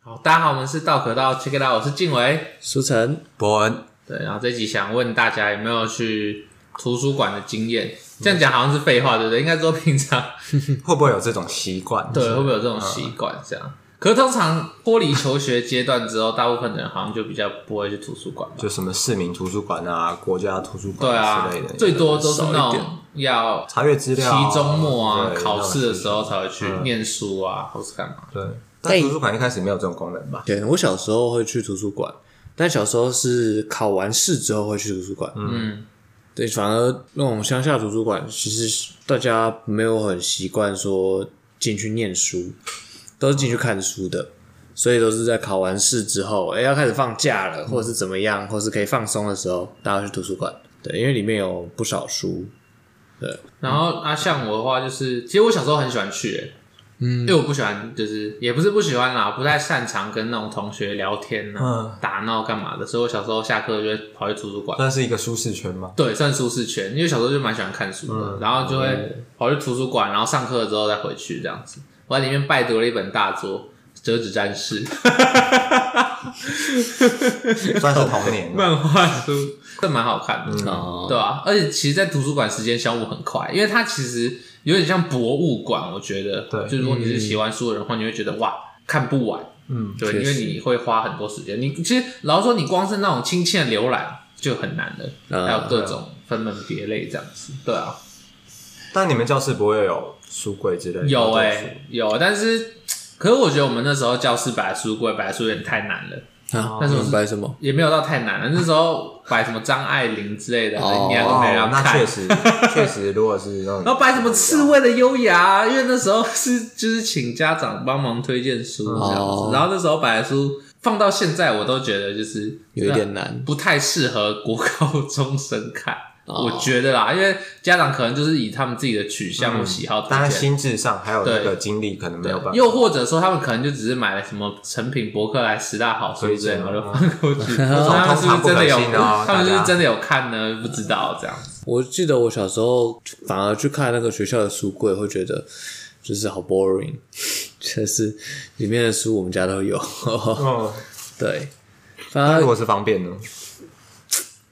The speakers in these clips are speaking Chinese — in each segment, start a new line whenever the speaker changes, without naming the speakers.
好，大家好，我们是道可道 Check It Out，我是静伟。
舒晨，
伯恩，
对，然后这集想问大家有没有去图书馆的经验？这样讲好像是废话，对不对？应该说平常
会不会有这种习惯？
对会不会有这种习惯？这样，可是通常脱离求学阶段之后，大部分的人好像就比较不会去图书馆吧。
就什么市民图书馆啊、国家图书
对啊
馆之类的，，
最多都是那
少
种
一点
要
查阅资
期
料啊、
中末啊、
对
考试的时。候
那种
才会去念书啊，或是干嘛？
对，但
但
图书馆一开始没有这种功能吧？
对我小时候会去图书馆，但小时候是考完试之后会去图书馆。
嗯，
对，反而那种乡下图书馆，其实大家没有很习惯说进去念书，都是进去看书的，所以都是在考完试之后，哎、要开始放假了，或者是怎么样，或是可以放松的时候，大家去图书馆。对，因为里面有不少书。
然后啊，像我的话就是，其实我小时候很喜欢去、欸因为我不喜欢，就是也不是不喜欢啦，不太擅长跟那种同学聊天啊、
嗯
打闹干嘛的，所以我小时候下课就会跑去图书馆。
算是一个舒适圈吗？
对，算舒适圈，因为小时候就蛮喜欢看书的，然后就会跑去图书馆，然后上课了之后再回去这样子。我在里面拜读了一本大作《折纸战士》
算是童年 吧。
漫画书，这蛮好看的。
嗯
哦、
对啊，而且其实，在图书馆时间消磨很快，因为它其实有点像博物馆，我觉得。
对
就如果你是喜欢书的人的话，你会觉得哇，看不完。
嗯，
对，
确
因为
实
你会花很多时间。你其实老实说，你光是那种轻轻的浏览就很难了，
嗯
还有各种分门别类这样子。对啊，
但你们教室不会有书柜之类的？
有哎、
哎、
有，但是。可是我觉得我们那时候教室摆书柜摆书有点太难了，
啊，
但是我
明白什么？
也没有到太难了。那时候摆什么张爱玲之类的，
哦
你还都
哦
没人要，看。
那 确实，确实，如果是那种，
然后摆什么刺猬的优雅，因为那时候是就是请家长帮忙推荐书这样子，
哦
然后那时候摆的书放到现在我都觉得就是呃
有一点难
不太适合国高中生看，
哦
我觉得啦，因为家长可能就是以他们自己的取
嗯
向或喜好推
当然
荐。
心智上还有那
对
个精力可能没
对
有办法。
又或者说，他们可能就只是买了什么成品博客来十大好书之类的，然后就放过去。他们是不是真的有
嗯通常不可信哦？
他们是不
大
是
家
真的有看呢？不知道这样子。
我记得我小时候反而去看那个学校的书柜，会觉得就是好 boring，就是里面的书我们家都有。
哦，
呃
对，
那
反
如
而
果是方便呢？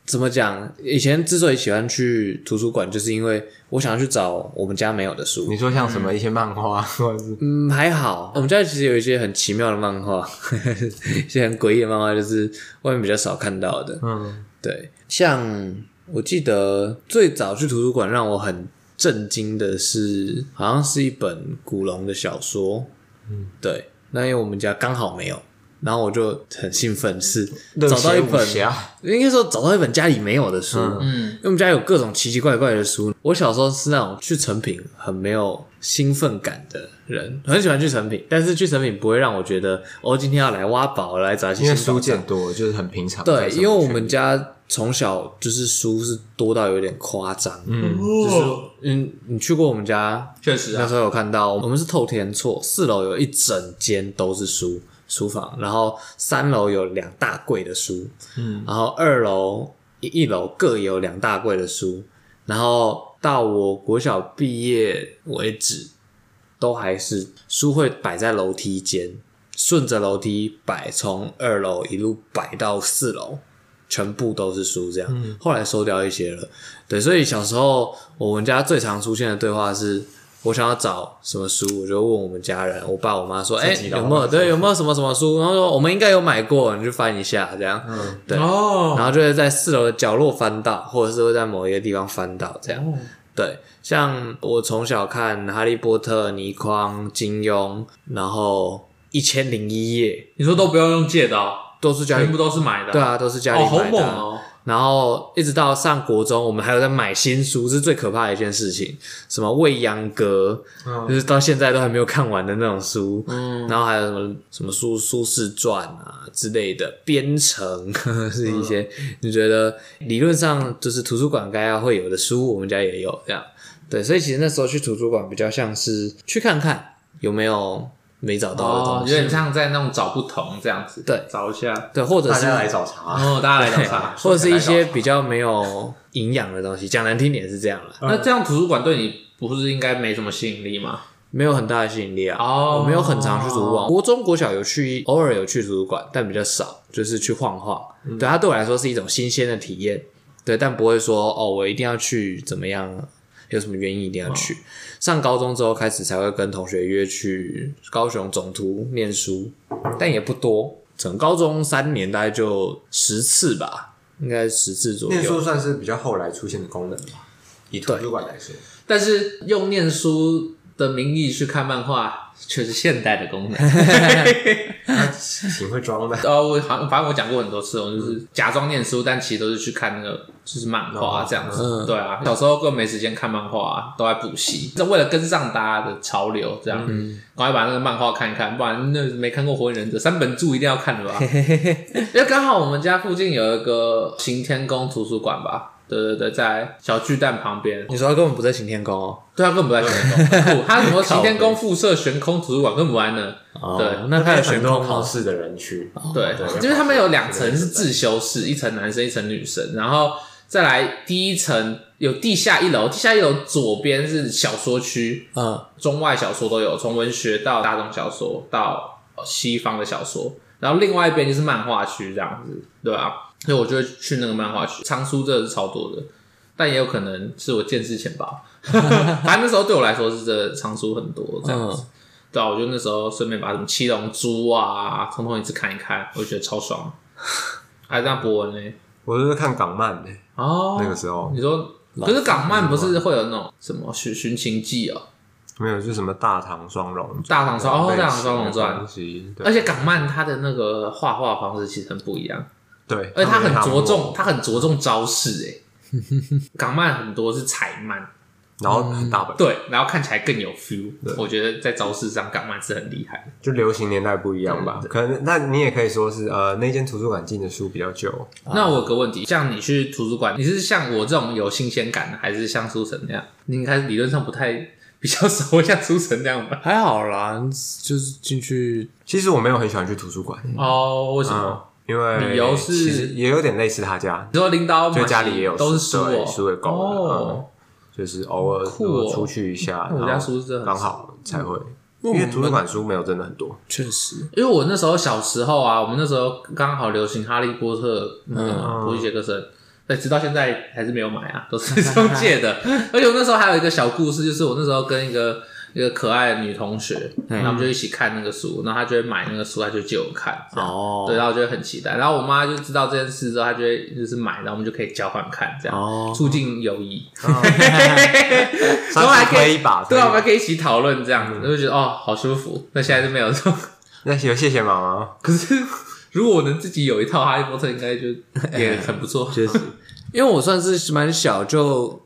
怎么讲？以前之所以喜欢去图书馆，就是因为我想要去找我们家没有的书
你。说像什么
嗯
一些漫画，啊或者是
嗯，还好，我们家其实有一些很奇妙的漫画， 一些很诡异的漫画，就是外面比较少看到的。
嗯，
对，像我记得最早去图书馆让我很震惊的是，好像是一本古龙的小说。嗯，对。那因为我们家刚好没有，然后我就很兴奋，是找到一
热
本
血武，侠
应该说找到一本家里没有的书。
嗯，
因为我们家有各种奇奇怪怪的书。我小时候是那种去成品很没有兴奋感的人，很喜欢去成品，但是去成品不会让我觉得哦，今天要来挖宝，来找一些
因为
新宝
书
藏
见多，就是很平常。
对，因为我们
家
家从小就是书是多到有点夸张，嗯，
就是
嗯，你去过我们家？
确实
那
啊，
时候有看到，我们是透天厝，四楼有一整间都是书书房，然后三楼有两大柜的书，嗯，然后二楼一一楼各有两大柜的书，然后到我国小毕业为止，都还是书会摆在楼梯间，顺着楼梯摆，从二楼一路摆到四楼，全部都是书这样。
嗯
后来收掉一些了，对，所以小时候我们家最常出现的对话是。我想要找什么书，我就问我们家人，我爸我妈说：“哎、
自己找
有没有对有没有什么什么书？”然后说：“我们应该有买过，你去翻一下。”这样，对，
哦
然后就会在四楼的角落翻到，或者是会在某一个地方翻到这样。对，像我从小看《哈利波特》、倪匡、金庸，然后《一千零一夜
你说都不要用借的、哦，》，
都是家
全部
里
都是买的、
对，啊，都是家里
哦，好
买
猛
的啊、
哦！
然后一直到上国中，我们还有在买新书，是最可怕的一件事情。什么《未央阁》就是到现在都还没有看完的那种书。嗯，然后还有什么什么苏苏轼传啊之类的，《编程》 是一些、你觉得理论上就是图书馆该要会有的书，我们家也有这样。对，所以其实那时候去图书馆比较像是去看看有没有没找到的
哦，
东
有
西，
点像在那种找不同这样子，
对啊
找一下，
对，或者
大
是
家来找茬，
哦，大家来找茬。
或者是一些比较没有 营养的东西，讲难听点是这样啦。
那这样图书馆对你不是应该没什么吸引力吗？
没有很大的吸引力啊。
哦
我没有很常去图书馆，国中、国小有去，偶尔有去图书馆，但比较少，就是去晃晃。
嗯
对，它对我来说是一种新鲜的体验，对，但不会说哦，我一定要去怎么样，有什么原因一定要
哦
去。上高中之后开始才会跟同学约去高雄总图念书，但也不多，整高中三年大概就十次吧，应该十次左右。
念书算是比较后来出现的功能吧，以图书馆来说，
但是用念书的名义去看漫画，却是现代的功能。
挺会装 的。
呃，我好像反正我讲过很多次，我就是假装念书，但其实都是去看那个就是漫画这样子。
嗯
对啊，小时候根本没时间看漫画、啊，都在补习，这为了跟上大家的潮流，这样赶快把那个漫画看一看，不然那没看过《火影忍者》三本柱一定要看的吧？因为刚好我们家附近有一个行天宫图书馆吧。对对对，在小巨蛋旁边，
你说他根本不在行天宫哦，
对啊，根本不在玄空，很酷 他什么行天宫附设悬空图书馆根本不在那。
哦那他有
很啊
悬
多
空
考
吗？
试的人去，
对，
对
因为他们有两层是自修室，一层男生，一层女生，然后再来第一层有地下一楼，地下一楼左边是小说区，
嗯，
中外小说都有，从文学到大众小说到呃西方的小说，然后另外一边就是漫画区这样子，对吧、所以我就会去那个漫画区，藏书真的是超多的，但也有可能是我见识浅薄， 反正那时候对我来说是这藏书很多这样子。
嗯
对啊，我就那时候顺便把什么七龙珠啊，通通一次看一看，我就觉得超爽。还有那博文呢？
我就是看港漫的，
哦，
那个时候
你说，可是港漫不是会有那种什么寻寻情记哦？
没有，就什么大唐双龙传，
大唐双哦
啊类似
大唐双龙传
的东西，对
而且港漫它的那个画画方式其实很不一样，
对，
而且它很
们也
着
看
重，
过，
它很着重招式诶。港漫很多是彩漫，
然后很大本，
对，然后看起来更有 feel
对。
我觉得在招式上，港漫是很厉害的。
就流行年代不一样吧。可能那你也可以说是呃，那间图书馆进的书比较久，
那我有个问题，像你去图书馆，你是像我这种有新鲜感的，还是像书神那样？你应该理论上不太比较少会像书神那样吧？
还好啦，就是进去
其实我没有很喜欢去图书馆，
哦，为什
嗯
么？，
因为
理由是
其实也有点类似他家，
你说领导
就家里也有
都是
书
书
对
哦，
书也够了
哦，
就是偶尔
酷
如
哦
果出去一下，
我家
然后
书真的很
刚好才会，因为图书馆书没有真的很多，
确实
因为我那时候小时候啊，我们那时候刚好流行《哈利波特》那
嗯
个
啊
嘛伯利杰克森，对，直到现在还是没有买啊，都是中介 的。而且我那时候还有一个小故事，就是我那时候跟一个一个可爱的女同学，
嗯
然后我们就一起看那个书，然后她就会买那个书，她就借我看，这样
哦
对，然后我就会很期待。然后我妈就知道这件事之后，她就会就是买，然后我们就可以交换看，这样、
哦
促进友谊。
上
嗯然后还
次
可以
哦推一把，嗯
对啊，我们还
推一把
可以一起讨论这样子，我就觉得哦，好舒服。那现在就没有这种，
那有谢谢妈妈，
可是如果我能自己有一套哈利波特，应该 就也很不错。
确实，
因为我算是蛮小就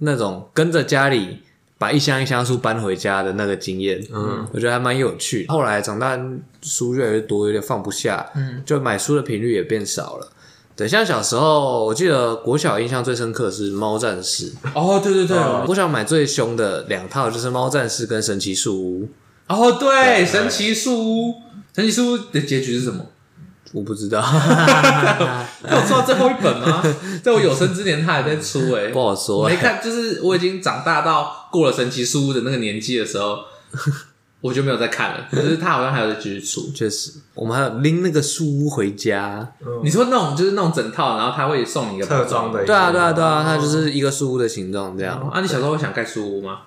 那种跟着家里把一箱一箱书搬回家的那个经验，嗯，我觉得还蛮有趣的。后来长大书越来越多，有点放不下，嗯，就买书的频率也变少了。对，像小时候，我记得国小印象最深刻的是《猫战士》，
哦，对对对，
国小买最凶的两套就是《猫战士》跟《神奇树屋》，
哦对，神奇树屋，神奇树屋的结局是什么？
我不 知道，
我有出到最后一本 吗？在我有生之年，他还在出哎、
不好说、
没看，就是我已经长大到过了神奇树屋的那个年纪的时 候，我就没有再看了。可是他好像还有在继续 出。
确实，我们还有拎那个书屋回家。
你说那种就是那种整套，然后他会送你一个
特装的，
对啊，对啊，对啊，它就是一个书屋的形状这样。
啊，你小时候会想盖树屋吗？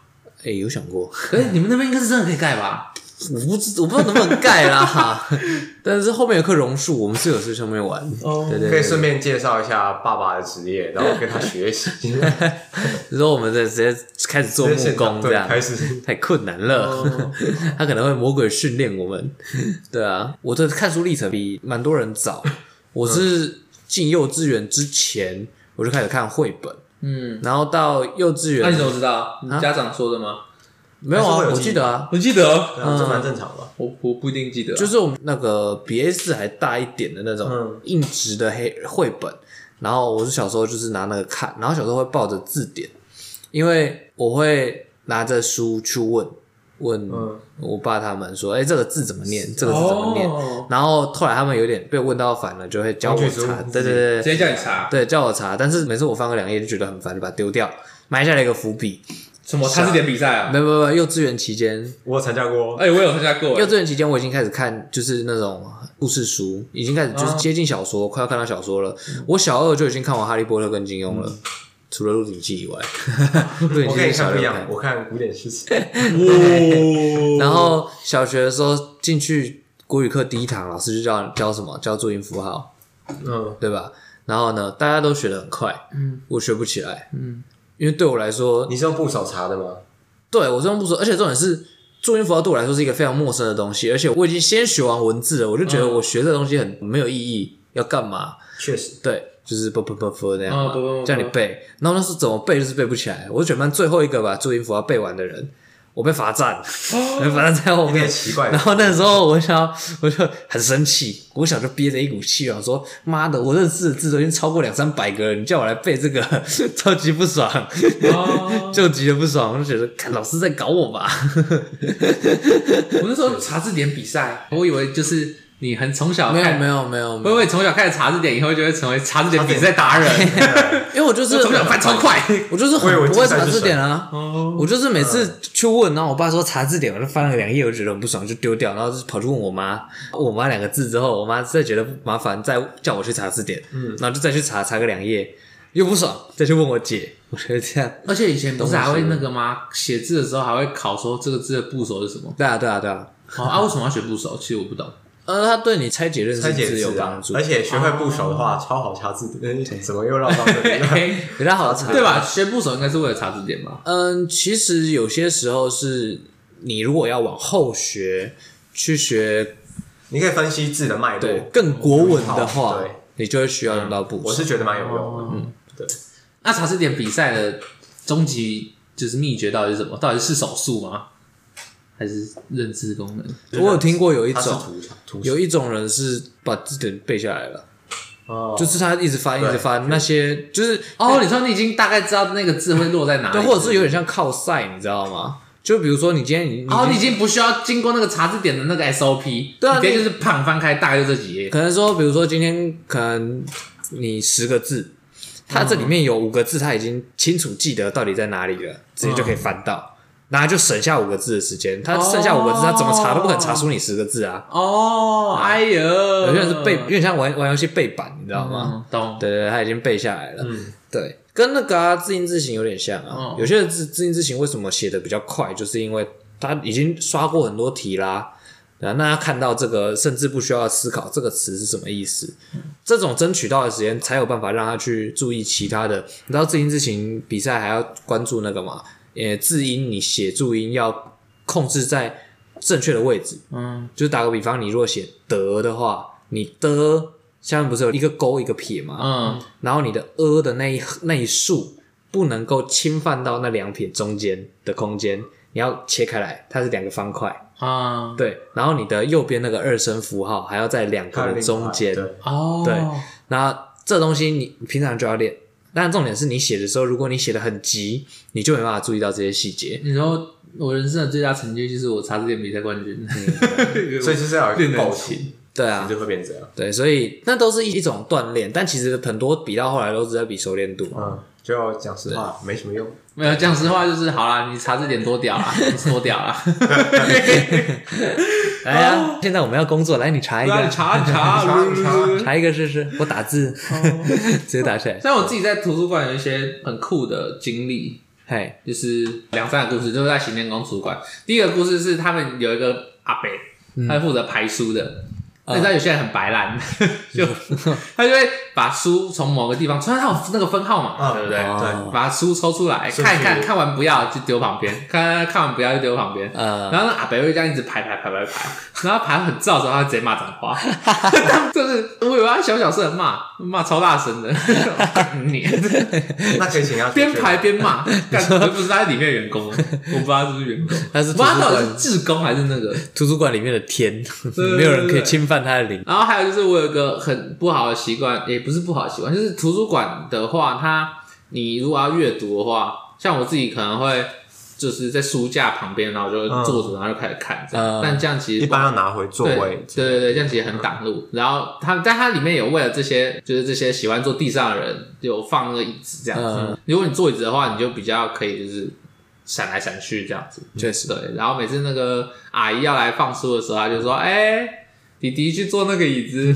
哎、有想过？
可是你们那边应该是真的可以盖吧？
我不知我不知道能不能盖啦。但是后面有棵榕树，我们室友去上面玩。
哦
对对
可以
对，
顺便介绍一下爸爸的职业，然后跟他学习，
之后我们再直接开始做木工这
对，
样，
开始
太困难了。 他可能会魔鬼训练我们。对啊，我这看书历程比蛮多人早。我是进幼稚园之前我就开始看绘本，
嗯，
然后到幼稚
那、你
园
怎么知道？你家长说的吗？
没有
还是会
啊，
有
我
记忆
记得啊，
我记得哦，
对啊这蛮正常的，
我我不一定记得啊、
就是我们那个比 A 四还大一点的那种
嗯
硬直的黑绘本，然后我是小时候就是拿那个看，然后小时候会抱着字典，因为我会拿着书去问问
嗯
我爸他们说，哎、这个字怎么念？这个字怎么念？
哦
然后后来他们有点被问到烦了，就会教我
工具书
查，对对对
直接叫你查。
对，叫我查，但是每次我翻个两页就觉得很烦，就把它丢掉，埋下了一个伏笔。
什么他是点比赛啊？
没有没有没有，幼稚园期间，
我有参加过，
哎、我有参加过、
幼
哎
稚园期间我已经开始看，就是那种故事书，已经开始就是接近小说，快要看到小说了。我小二就已经看完《哈利波特》跟金庸了，除了《鹿鼎记》以 外，《鹿鼎
我
记》
跟
是
你
小
看不
六
一
看
样，。我看古典诗词，
哇
然后小学的时候进去国语课第一堂，老师就叫教什么？教注音符号，
嗯，
对吧？然后呢，大家都学得很快，嗯，我学不起来，嗯，因为对我来说，
你是用部首查的吗？
对我这样不说，而且重点是注音符号对我来说是一个非常陌生的东西，而且我已经先学完文字了，我就觉得
嗯
我学这东西很没有意义，要干嘛？
确实，
对，就是啵啵啵啵
嗯
那样
啊
嘛
啵啵啵啵
叫你背。然后那时候怎么背就是背不起来，我是全班最后一个把注音符号背完的人，我被罚站，被罚站在后
有点
面。
哦奇怪
然。后那时候我想要，我就很生气，我小就憋着一股气，我想说妈的，我认识的字都已经超过两三百个了，你叫我来背这个， 超级不爽。
嗯
哦
就极的不爽，我就觉得看老师在搞我吧。
我那时候查字典比赛，我以为就是你很从小
没有
看
没有没有，没
会不
有
会从小开始查字典，以后就会成为查字典比赛 达人？
因为我就是
从小翻超快，
我就是
我以为
很不
竞
会
赛
查
是
字典啊。
哦，
我就是每
嗯
次去问，然后我爸说查字典，我就翻了两页，我觉得很不爽，就丢掉，然后就跑去问我妈，问我妈两个字之后，我妈再觉得麻烦，再叫我去查字典，嗯，然后就再去查查个两页，又不爽，再去问我姐，我觉得这样，
而且以前不是还会那个吗？写字的时候还会考说这个字的部首是什么？
对啊对啊对啊，
哦啊，为什么要学部首？其实我不懂。
呃，他对你拆解认识
拆解
字有
字
帮
啊
助，，
而且学会部首的话，超好查字典。哎怎么又绕到这里了？
嘿
比较好查，
对 吧？学部首应该是为了查字典吧？
嗯，其实有些时候是你如果要往后学去学
你可以分析字的脉络
对。更国文的话
哦对，嗯
你就会需要用到部
我
首。
是觉得蛮有用
哦
的。嗯，
那查字典比赛的终极就是秘诀到底是什么？到底是手速吗？还是认知功能？
我有听过有一
它是哦
种
图图
有一种人是把字典背下来了，
哦
就是他一直翻一直
对
翻那些，就是哎
哦，你说你已经大概知道那个字会落在哪里，
对，或者是有点像靠赛，你知道吗？就比如说你今天你
哦，你
你
已经不需要经过那个查字典的那个 SOP，
对啊
你直接
你
就是胖翻开，大概就这几页。
可能说，比如说今天可能你十个字，它这里面有五个字，他已经清楚记得到底在哪里了，直接就可以翻
嗯
到，然后就省下五个字的时间。他剩下五个字，他怎么查都不可能查出你十个字啊！
哦，哎呦，
有
有
些人是背，有点像玩玩游戏背板，你知道吗？
嗯，懂。
对对对，他已经背下来了。嗯，对，跟那个啊字音字形有点像啊。有些字字音字形为什么写的比较快，就是因为他已经刷过很多题啦。啊，那他看到这个，甚至不需要思考这个词是什么意思。这种争取到的时间，才有办法让他去注意其他的。你知道字音字形比赛还要关注那个嘛？呃，字音你写注音要控制在正确的位置。
嗯，
就是打个比方，你如果写得的话，你的下面不是有一个勾一个撇嘛？
嗯，
然后你的呃的那一那一竖不能够侵犯到那两撇中间的空间，你要切开来，它是两个方块。
啊，
对，然后你的右边那个二声符号还要在两个的中间。
对
哦，
对那这东西你平常就要练，但重点是你写的时候，如果你写的很急，你就没办法注意到这些细节。
你说我人生的最大成就就是我查字典比赛冠军，
所以就是要有一
练
个
得
构
很
图，
勤。
对啊
你，就会变这样。
对，所以那都是一一种锻炼，但其实很多比到后来都是在比熟练度嘛。
嗯，就讲实话没什么用。
没有讲实话，就是好啦，你查字典多屌啦，你是多屌啦！
来呀、现在我们要工作，来你查一个，
哦啊查哎 查查。
查一个试试。我打字，
哦
直接打起来。
像我自己在图书馆有一些很酷的经历，
嘿，
就是两三个故事，都是在行天宫主管。第一个故事是他们有一个阿伯，他是负责排书的。那你知道有些人很白烂， 就他就会把书从某个地方，虽然他有那个分号嘛，
嗯
对不对？
哦
把书抽出来
顺序
看一看，看完不要就丢旁边， 看看完不要就丢旁边。
呃，
然后那阿北会这样一直排排排排排，然后排很燥的时候，他直接骂脏 话，但就是我以为他小小声地骂，骂超大声 的，你
那可以请他出去
边排边 骂，干我都不知道他是里面的员工，我不知道他是不是员工，
他 是
我
图
不知道
书
他到底
馆，
是志工还是那个。
图书馆里面的天，
对
没有人可以侵犯他的领。
然后还有就是我有一个很不好的习惯，也不是不好的习惯，就是图书馆的话，它你如果要阅读的话，像我自己可能会就是在书架旁边，然后我就
嗯
坐着，然后就开始看这样
嗯。
但这样其实
一
不好
般要拿回座
对
位。
对对对，这样其实很挡路。然后他，但它里面有为了这些，就是这些喜欢坐地上的人，有放那个椅子这样子。
嗯
如果你坐椅子的话，你就比较可以就是闪来闪去这样子。
确实，
对，然后每次那个阿姨要来放书的时候，她就说：“哎、弟弟去坐那个椅 子。”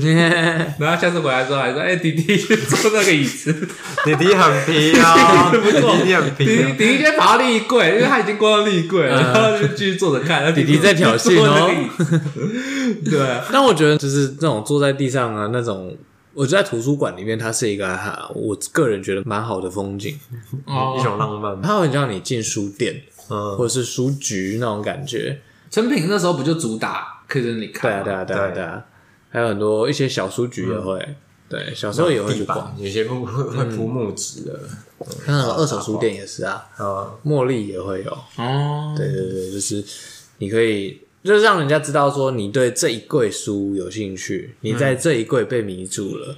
然后下次回来之后还说：“哎、弟弟去坐那个椅子。
弟弟很皮 哦，弟弟很”
弟
皮
弟
哦。
弟弟就跑到另一柜，因为他已经关到另一柜了，然后就继续坐着看。然后
嗯弟弟在挑衅哦
就坐那个椅子。 对，
但我觉得就是那种坐在地上啊，那种我觉得在图书馆里面，它是一个哈我个人觉得蛮好的风景，
哦
一种浪漫，
它会让你进书店
嗯，
或者是书局那种感觉。
陈品那时候不就主打可以让你看
对
吗？
啊，对啊，对啊，
对
对啊，还有很多一些小书局也会，
嗯
对，小时候也会去
地
逛，
板有嗯些木会会铺木质的，
那种二手书店也是啊，
啊，
嗯
茉莉也会有，
哦，
对对对，就是你可以。就是让人家知道说你对这一柜书有兴趣，你在
嗯
这一柜被迷住了，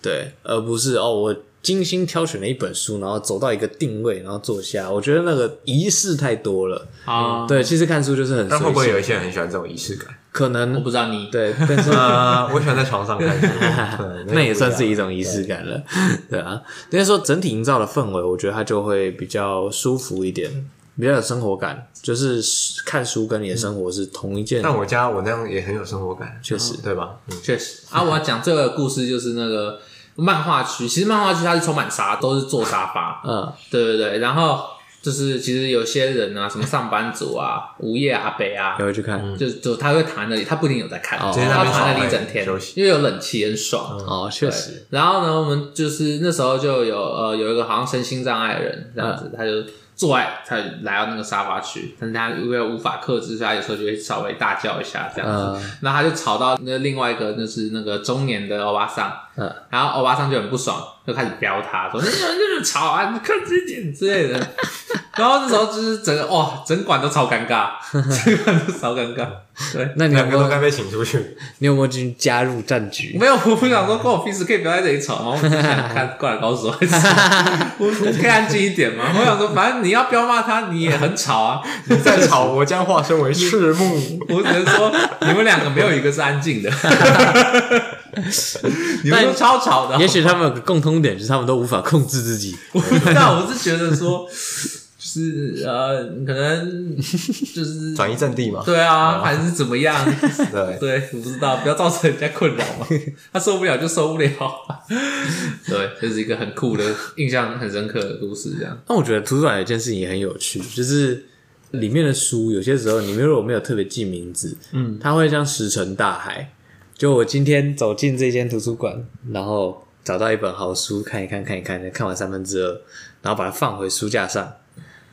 对，而不是哦，我精心挑选了一本书，然后走到一个定位，然后坐下。我觉得那个仪式太多了。
啊，
对，其实看书就是很随
但会不会
性
有一些人很喜欢这种仪式感？
可
我
能
不知道你
对，但是
啊，我喜欢在床上看书，对
那也算是一
一
种仪式感了， 对啊。应该说整体营造的氛围，我觉得它就会比较舒服一点，比较有生活感。就是看书跟你的生活是同一件，
但我家我那样也很有生活感，
确实
对吧？嗯
确实啊，我要讲这个故事就是那个漫画区，其实漫画区它是充满沙，都是坐沙发，
嗯
对对对，然后就是其实有些人啊，什么上班族啊、无业阿伯啊
也，会
嗯
去看
就就他会躺在那里，他不一定有在看，
哦
就是他躺在那里一整天
休息，
因为有冷气很爽。
哦，确
对
实，
然后呢，我们就是那时候就有呃有一个好像身心障碍的人这样
嗯
子，他就坐在他来到那个沙发区，但是他因为无法克制，所以他有时候就会稍微大叫一下这样子。
嗯
那他就吵到那另外一个就是那个中年的欧巴桑，
嗯
然后欧巴桑就很不爽，就开始飙他说：“你怎么就是吵啊，你克制一点之类的。” 然后那时候就是整个哇，整馆都超尴尬， 整馆都超尴尬。对，
那你有
两
没
个都
有
该被请出 去，
你有没有进加入战 局？
没有，我不想说关我屁事，可以不要在这里吵吗？我只想看《灌篮高手》， 我可以安静一点吗？我想说，反正你要彪骂他，你也很吵啊。
你再吵，我将化身 为赤木。
我只能说，你们两个没有一个是安 静的，你们都超吵的。
也许他们有个共通点，就是他们都无法控制自己。
我不知道，我是觉得说，就是呃，可能 就是
转移阵地嘛，
对啊，还是怎么样？
对，
对，我不知道，不要造成人家困扰 嘛。他受不了就受不了。对，这是一个很酷的、印象很深刻的故事，这样。
那我觉得图书馆有一件事情也很有趣，就是里面的书有些时候你们如果没有特别记名字，嗯，它会像石沉大海。就我今天走进这间图书馆，然后找到一本好书，看一看，看一看，看完三分之二，然后把它放回书架上，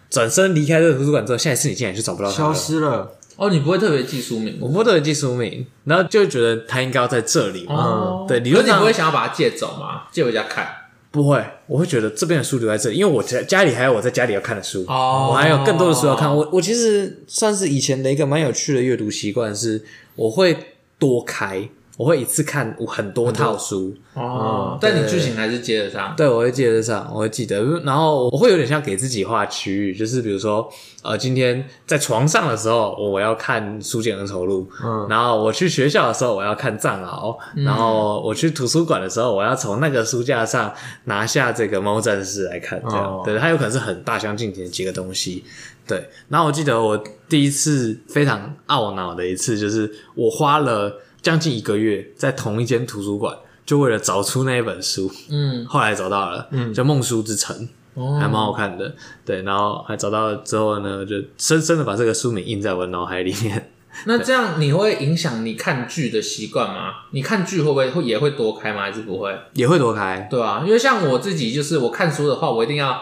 转身离开这个图书馆之后，下一次你进来就找不到它
消
了。
失了，
哦，你不会特别记书名
我不得记书名，然后就觉得它应该要在这里嘛。
哦
对理
你说
论
你
上
不会想要把它借走吗？借回家看。
不会，我会觉得这边的书留在这里，因为我家家里还有我在家里要看的书，
哦
我还有更多的书要看。我我其实算是以前的一个蛮有趣的阅读习惯，是我会多开，我会一次看很多套书，
哦，但你剧情还是接得上。
对我会记得上，我会记得。然后我会有点像给自己画区域，就是比如说，呃，今天在床上的时候，我要看《书剑恩仇录》，
嗯
然后我去学校的时候，我要看《藏獒》然后我去图书馆的时候，我要从那个书架上拿下这个《猫战士》来看，这样、
哦
对，它有可能是很大相径庭的几个东西。对，然后我记得我第一次非常懊恼的一次，就是我花了将近一个月在同一间图书馆，就为了找出那一本书。
嗯，
后来找到了，嗯，叫《梦书之城》，
哦
还蛮好看的。对，然后还找到之后呢，就深深的把这个书名印在我的脑海里面。
那这样你会影响你看剧的习惯吗？你看剧会不会会也会多开吗？还是不会？
也会躲开，
对啊，因为像我自己，就是我看书的话，我一定要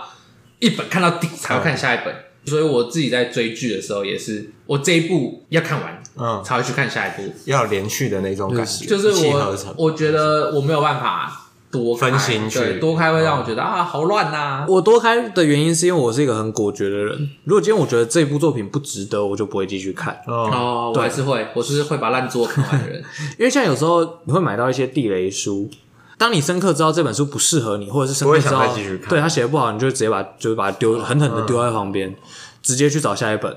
一本看到底才会看下一本，所以我自己在追剧的时候也是，我这一部要看完
嗯，
才会去看下一部，
要有连续的那种感觉，
就是
一气呵
我
成
我觉得我没有办法多开
分心去
对，多开会让我觉得、啊好乱呐、
我多开的原因是因为我是一个很果决的人。如果今天我觉得这部作品不值得，我就不会继续看。
哦，
哦，我还是会，我是会把烂桌看完的 人。
因为像有时候你会买到一些地雷书，当你深刻知道这本书不适合你，或者是深刻知
不会
道
想再继续看哦
对他写的不好，你就直接把就是把它丢狠狠的丢在旁边，直接去找下一本。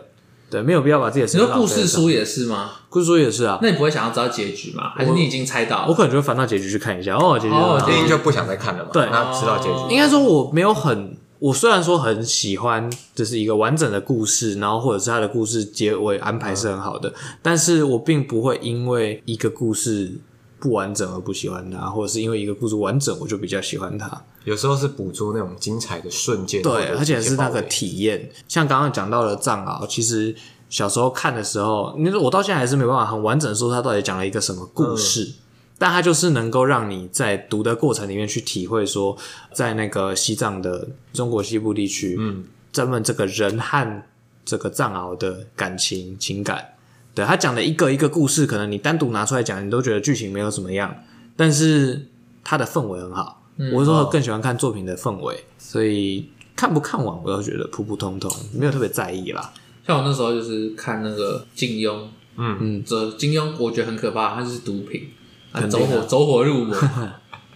对，没有必要把自己的时
你
间
说故
浪费在
事
上，
书也是吗？
故事书也是啊。
那你不会想要知道结局吗？还是你已经猜到
我
了？
可能就会翻到结局去看一下，哦，结局是这
哦
样
结
电
局
影就不想再看了嘛，
对
那知道结局，
应该说我没有很我虽然说很喜欢，就是一个完整的故事，然后或者是它的故事结尾安排是很好的，但是我并不会因为一个故事不完整而不喜欢它，或者是因为一个故事完整我就比较喜欢它。
有时候是捕捉那种精彩的瞬间，或
对，
者
而且是那个
一些爆
体验，像刚刚讲到的藏獒，其实小时候看的时候，你我到现在还是没办法很完整地说它到底讲了一个什么
嗯
故事。但它就是能够让你在读的过程里面去体会，说在那个西藏的中国西部地区，嗯，咱们这个人和这个藏獒的感情情感，对他讲的一个一个故事，可能你单独拿出来讲，你都觉得剧情没有怎么样，但是它的氛围很好。
嗯
我是说
哦
更喜欢看作品的氛围，所以看不看完我都觉得普普通通，没有特别在意啦。
像我那时候就是看那个金庸，嗯嗯，这金庸我觉得很可怕，他就是毒品，啊，走火走火入 魔，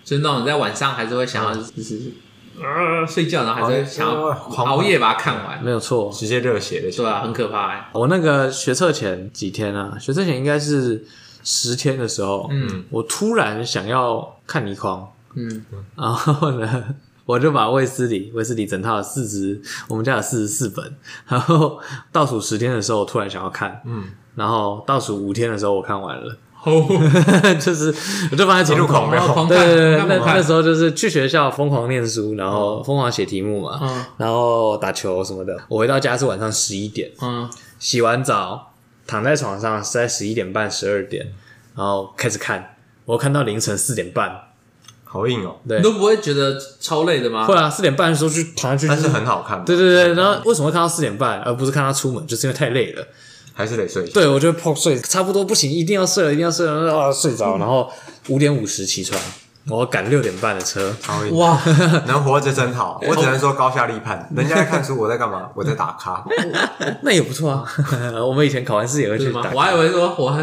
就是那种你在晚上还是会想要就是呃睡觉，然后还是想要
熬夜狂
熬夜把它看完，
没有错，
直接热血的，
对啊，很可怕 欸，
我那个学测前几天啊，学测前应该是十天的时候，
嗯，
我突然想要看倪匡，
嗯，
然后呢， 我就把卫斯理卫斯理整套的四十，我们家有四十四本，然后倒数十天的时候，我突然想要看，嗯，然后倒数五天的时候我看完了。 就是我就放在
入狂
床头
没有
狂
对
看
对对，
看
那
不看
那时候就是去学校疯狂念书，然后疯狂写题目嘛，
嗯
然后打球什么的。我回到家是晚上十一点，
嗯，
洗完澡，躺在床上是在十一点半、十二点，然后开始看，我看到凌晨四点半。
好硬哦，
对
你都不会觉得超累的吗
会？啊，四点半的时候就躺下去，
但是
就是
很好看，
对对对，然后为什么会看到四点半，而不是看他出门，就是因为太累了。
还是得睡觉。
对，我就会碰睡，差不多不行，一定要睡了，一定要睡了，然后啊睡
嗯
着，然后五点五十起床，我赶六点半的车。
好硬，
哇，
能活着真好，我只能说高下立判。人家在看书，我在干嘛？ 我在打卡。
那也不错啊。 我们以前考完试也会
是
去
吗
打？
我。还以为说我 还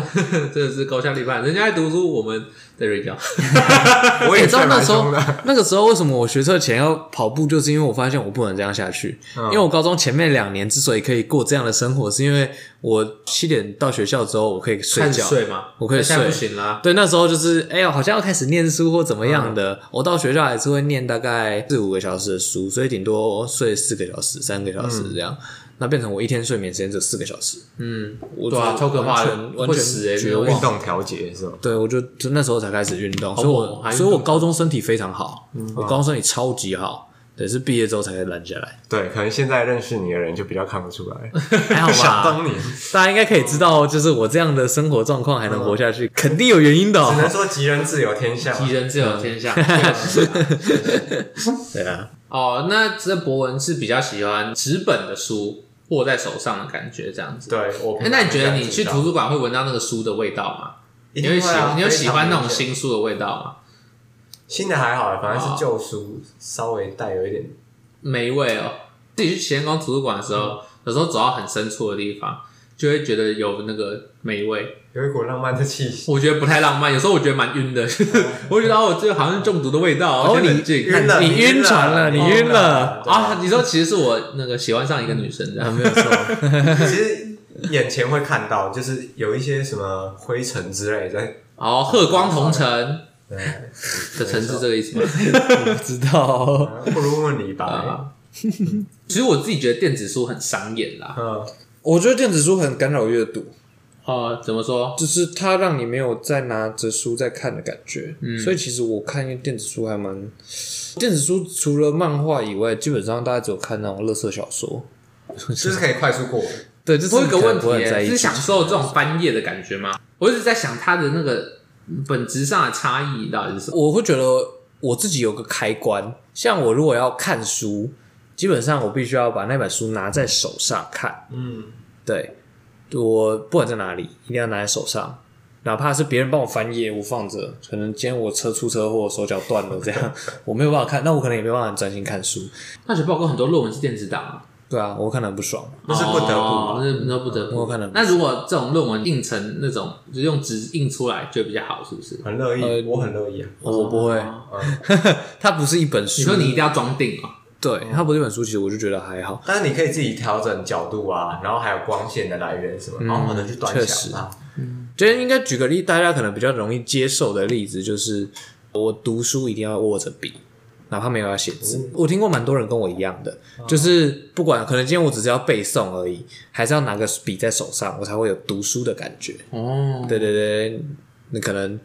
真的是高下立判，人家在读书，我们在睡觉。
我
哎你
也
知道
在
那
蛮
时候
凶的，
那个时候为什么我学车前要跑步，就是因为我发现我不能这样下去。
嗯
因为我高中前面两年之所以可以过这样的生活，是因为我七点到学校之后，我可以睡
看
觉。
睡嘛，
我可以
那现在
睡
不行啦。
对，那时候就是哎呀，好像要开始念书或怎么
嗯
样的。我到学校还是会念大概四五个小时的书，所以顶多睡四个小时、三个小时这样。那变成我一天睡眠时间只有四个小时，
嗯，
我
对啊
就
超可怕的
完全完
会
全
死欸
绝
那个
望
运。动调节是吧？
对，我就就那时候才开始运动，嗯所以
猛哦
我
还运
所以我
动
高中身体非常好，我高中身体超级好，对，是毕业之后才开始懒下来，
对，可能现在认识你的人就比较看不出来。
还好
想
吧？
当年，
大家应该可以知道，就是我这样的生活状况还能活下去，肯定有原因嗯的
只
哦。
能说吉人自有天下。
吉人自有天下。对啊
对啊，
哦，那这博文是比较喜欢纸本的书握在手上的感觉，这样子。
对，我
哎、那你觉得你去图
书，
书馆会闻到那个书的味道吗？
一
你
定
会喜
会啊
你有喜欢那种
非常明
新
显
哦书的味道吗？
新的还好，反正是旧书，稍微带有一点。
美味哦。自己去前光图书馆的时
嗯
候，有时候走到很深处的地方，就会觉得有那个美味。
有一股浪漫的气息，
我觉得不太浪漫，有时候我觉得蛮晕的， 我觉得哦，我这好像中毒的味道，我
哦，
先
你
冷静。
晕了
你
你
晕
晕
船
了
了，你
哦
晕了，
了
啊，你说其实是我那个喜欢上一个女生这样，
嗯
没有错，
其实眼前会看到，就是有一些什么灰尘之类在。
哦，鹤光同城
对
的城是这个意思吗？
我不知道。
不如问李白。
啊其实我自己觉得电子书很伤眼啦。
嗯，
我觉得电子书很干扰阅读，
哦，怎么说？
就是它让你没有再拿着书在看的感觉。所以其实我看电子书还蛮，电子书除了漫画以外，基本上大家只有看那种垃圾小说。
就是可以快速过。
对，就是
我有一个
可能
问题
不会很
耶、
在意
是
剧情啊
享受这种翻页的感觉吗？我一直在想它的那个本质上的差异到底是什么？
我会觉得我自己有个开关，像我如果要看书，基本上我必须要把那本书拿在手上看。
嗯，
对，我不管在哪里，一定要拿在手上，哪怕是别人帮我翻页，我放着，可能今天我车出车祸，手脚断了，这样我没有办法看，那我可能也没办法很专心看书。
大学报告很多论文是电子档啊，
对啊，我看得很不爽。
那是不得
哦
不。
那是那不得
我
不。
看得很
那如果这种论文印成那种，就是用纸印出来，就比较好，是不是？
很乐意，
呃
我很乐意啊。
哦
我不会，它不是一本
你
书
说，你一定要装订啊？
对，它不是一本书，其实我就觉得还好。
但是你可以自己调整角度啊，然后还有光线的来源什么，
嗯
然后可能去端
确
详啊它。
今天应该举个例，大家可能比较容易接受的例子就是，我读书一定要握着笔，哪怕没有要写字。
哦
我听过蛮多人跟我一样的，就是不管可能今天我只是要背诵而已，还是要拿个笔在手上，我才会有读书的感觉。
哦，
对对对，你可能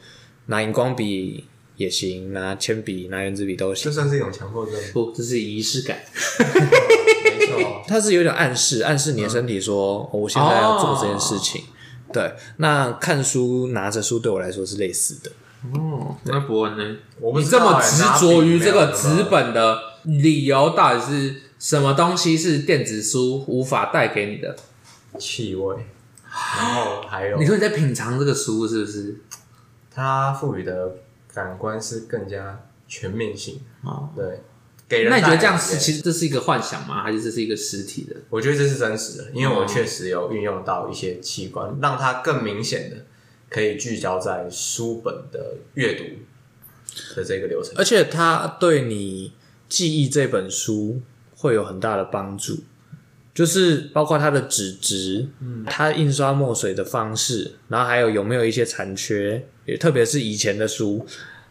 拿荧光笔也行，拿铅笔、拿圆珠笔都
这
行。
算是一种强 迫症。
不，这是仪式感。
没错，
它是有点暗示，暗示你的身体说，哦我现在要做这件事情。
哦
对，那看书拿着书对我来说是类似的。
哦，那博文呢？
我不
你
知
这
道
么
欸
执
拿
着
笔
于
没
这
有
个
什么
纸本的理由，到底是什么东西是电子书无法带给你
哦
的？
气味，然后还有
你说你在品尝这个书是不是？
它赋予的感官是更加全面性，
哦，
对，给人
那你觉得这样
带
是
来
其实这是一个幻想吗？还是这是一个实体的？
我觉得这是真实的，因
嗯
为我确实有运用到一些器官，让它更明显的可以聚焦在书本的阅读的这个流程。
而且它对你记忆这本书会有很大的帮助，就是包括它的纸质，它印刷墨水的方式，然后还有有没有一些残缺，也特别是以前的书，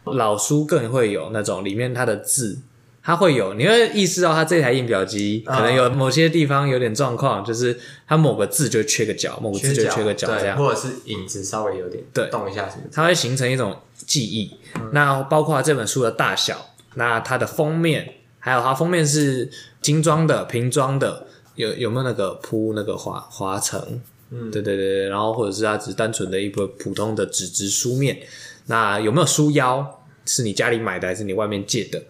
老书更会有那种里面它的字。它会有，你会意识到它这台印表机可能有某些地方有点状况，就是它某个字就缺个角，某个字就缺个角这
对，
样。
或者是影子稍微有点
对
动一下什么的。
它会形成一种记忆。那包括这本书的大小，那它的封面，还有它封面是精装的、平装的，有有没有那个铺那个划划层？
嗯
对对对对，然后或者是它只是单纯的一个普通的纸质书面，那有没有书腰？是你家里买的还是你外面借的？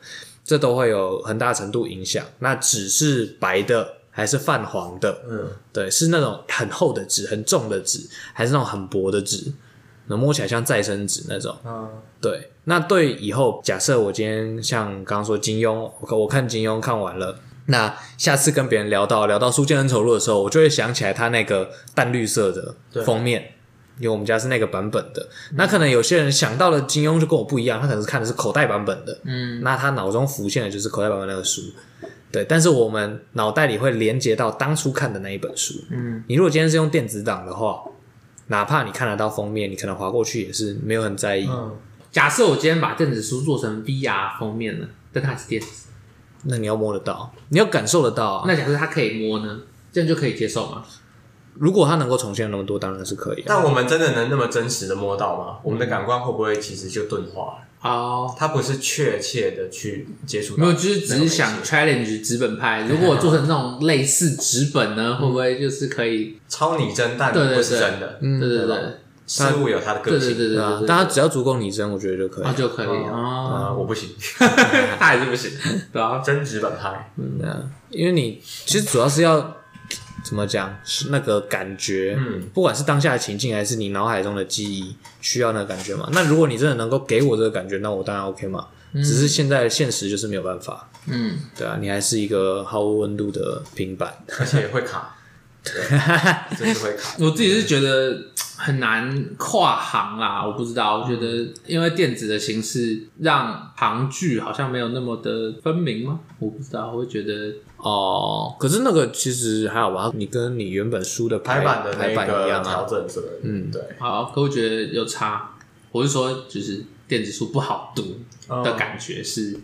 这都会有很大程度影响。那纸是白的还是泛黄的？
嗯，
对，是那种很厚的纸、很重的纸，还是那种很薄的纸，那摸起来像再生纸那种。
啊，
对，那对以后，假设我今天像刚刚说金庸，我我看金庸看完了，那下次跟别人聊到聊到《书剑恩仇录》的时候，我就会想起来他那个淡绿色的
对
封面。因为我们家是那个版本的，那可能有些人想到的金庸就跟我不一样，他可能是看的是口袋版本的，
嗯，
那他脑中浮现的就是口袋版本那个书，对，但是我们脑袋里会连接到当初看的那一本书，
嗯，
你如果今天是用电子档的话，哪怕你看得到封面，你可能划过去也是没有很在意，
嗯，
假设我今天把电子书做成 VR 封面了，但它还是电子，
那你要摸得到，你要感受得到啊。
那假设它可以摸呢，这样就可以接受吗？
如果它能够重现那么多，当然是可以、啊。
但我们真的能那么真实的摸到
嗯
吗？我们的感官会不会其实就钝化了？
哦，
它不是确切的去接触
没
到那
有，
种东
就
西，
是只是想 challenge 纸本派。如果我做成这种类似纸本呢，会不会就是可以？
超拟真，但
对对对
不是真的。
对对对
吧事物有它的个
对对
性。
对对
对啊，
对，
但它只要足够拟真，我觉得就可以。
啊就可以哦，
啊，我不行，
他还是不行，对啊，
真纸本派。
对啊，因为你其实主要是要怎么讲，是那个感觉，
嗯，
不管是当下的情境还是你脑海中的记忆，需要那个感觉嘛。那如果你真的能够给我这个感觉，那我当然 OK 嘛。只是现在的现实就是没有办法，
嗯，
对啊，你还是一个毫无温度的平板。
而且会 卡，对，真是会卡。
我自己是觉得很难跨行啦，我不知道，我觉得因为电子的形式让行距好像没有那么的分明吗？我不知道，我会觉得
哦，可是那个其实还好吧，你跟你原本书的排
排版的
排
那
版一
个
样
调
啊。
整什么的，嗯，对，
好，可我觉得有差。我是说，就是电子书不好读
哦
的感觉是，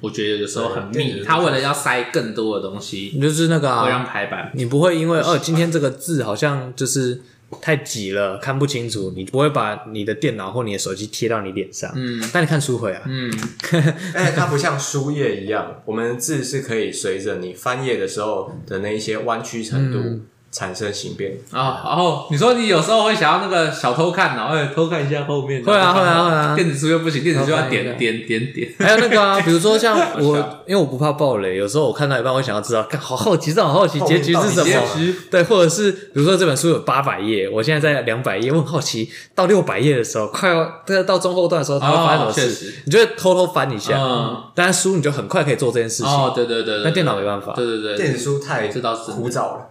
我觉得有时候很
对电
密，
子书
它为了要塞更多的东西，
你就是那个、
会让
啊，
排版
你不会因为哦，今天这个字好像就是太挤了，看不清楚，你不会把你的电脑或你的手机贴到你脸上。嗯，但你看书会啊，
嗯
而哎且它不像书页一样，我们的字是可以随着你翻页的时候的那一些弯曲程
嗯
度产生形变。
哦哦，你说你有时候会想要那个小偷看哦，哎，偷看一下后面，
会啊会啊会啊
电子书又不行，电子书要
偷看
点
一下
点点点，
还有那个啊，比如说像我，因为我不怕暴雷，有时候我看到一半，我想要知道，看好好奇，这种好奇结局是什
后面
么
到
结？局
对，或者是比如说这本书有八百页，我现在在两百页，我很好奇，到六百页的时候，快要对到中后段的时候，它会发生什么
哦确
事？
实
你就会偷偷翻一下。
嗯
但是书你就很快可以做这件事情，
哦，对对对对，
但电脑没办法，
对对
电
对，
子书太
这倒是
枯燥了，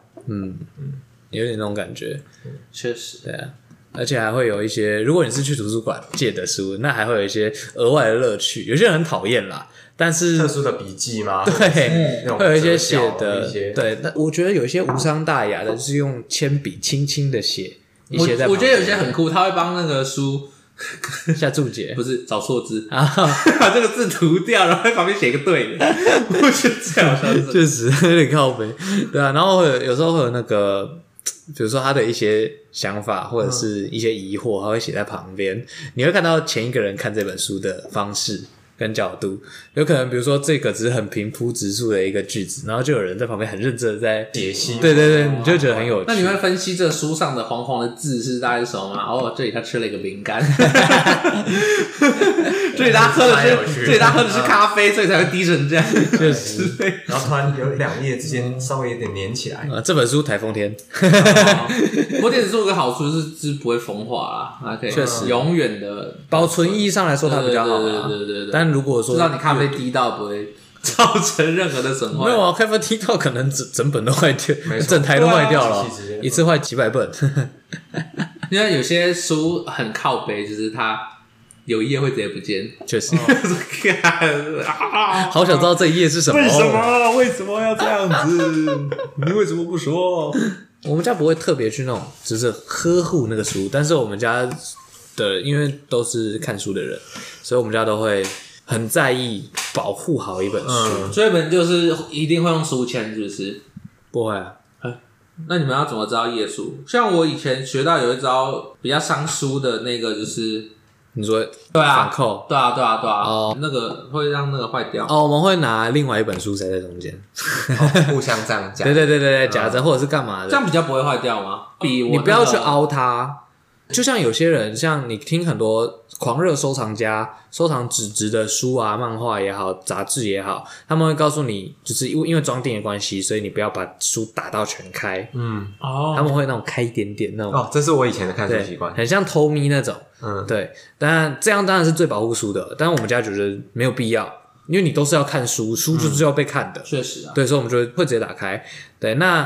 有点那种感觉。
确实，
对啊，而且还会有一些，如果你是去图书馆借的书，那还会有一些额外的乐趣。有些人很讨厌啦，但是
特殊的笔记吗？
对
那，种
会有一些
折
写
角
的
一些，
对，那我觉得有一些无伤大雅的，就是用铅笔轻轻的写，一
我
些在
我觉得有
旁边
些很酷，他会帮那个书
下注解
不是找错字，
啊，
把这个字涂掉，然后在旁边写一个对的， 我觉得最好笑的是
确实有点靠背，对啊，然后会有有时候会有那个，比如说他的一些想法或者是一些疑惑，他会写在旁边，你会看到前一个人看这本书的方式。跟角度，有可能比如说这个只是很平铺直述的一个句子，然后就有人在旁边很认真的在，
解析，
对对对，你就觉得很有趣。
那你会分析这书上的黄黄的字是大概是什么吗？哦，这里他吃了一个饼 干，这里他喝的
蛮有趣
是
的
这里他喝的是咖啡，所以才会低成这 样，确实。
然后突然有两页之间稍微有点粘起来，
呃，这本书《台风天》
不过电子书有个好处是，就是不会风化啦，它可以
确实
永远的
保存意义上来说它比较好啦，
对对对对对对
但如果说
知道你咖啡滴到不会造成任何的损坏。
没有啊，开发 TikTok 可能整整本都坏掉，
错
整台都坏掉了，
对啊其实
一次坏几百本。
因为有些书很靠背，就是它有一页会直接不见。
确实，
看啊
好想知道这一页是什么。
么？ 为什么要这样子？ 你为什么不说？
我们家不会特别去那种，就是呵护那个书，但是我们家的因为都是看书的人，所以我们家都会很在意保护好一本书。
嗯，
所以本就是一定会用书签，是不是？
不会啊，
那你们要怎么知道页数？像我以前学到有一招比较伤书的那个，就是
你说
对啊
反扣
对啊对啊对啊，
哦
那个会让那个坏掉。
哦，我们会拿另外一本书塞在中间。
互相这样讲
对，对对对对，夹着或者是干嘛的，
这样比较不会坏掉吗？比我
你不要去
那个
凹它。就像有些人，像你听很多狂热收藏家收藏纸质的书啊、漫画也好、杂志也好，他们会告诉你，就是因为因为装订的关系，所以你不要把书打到全开，
嗯，
他
哦，
们会那种开一点点那种，
哦，这是我以前的看书习
对
惯，，
很像偷咪那种。
嗯，
对，但这样当然是最保护书的，但我们家觉得没有必要，因为你都是要看书，书就是要被看的。
确实啊，
对，所以我们就会会直接打开。对，那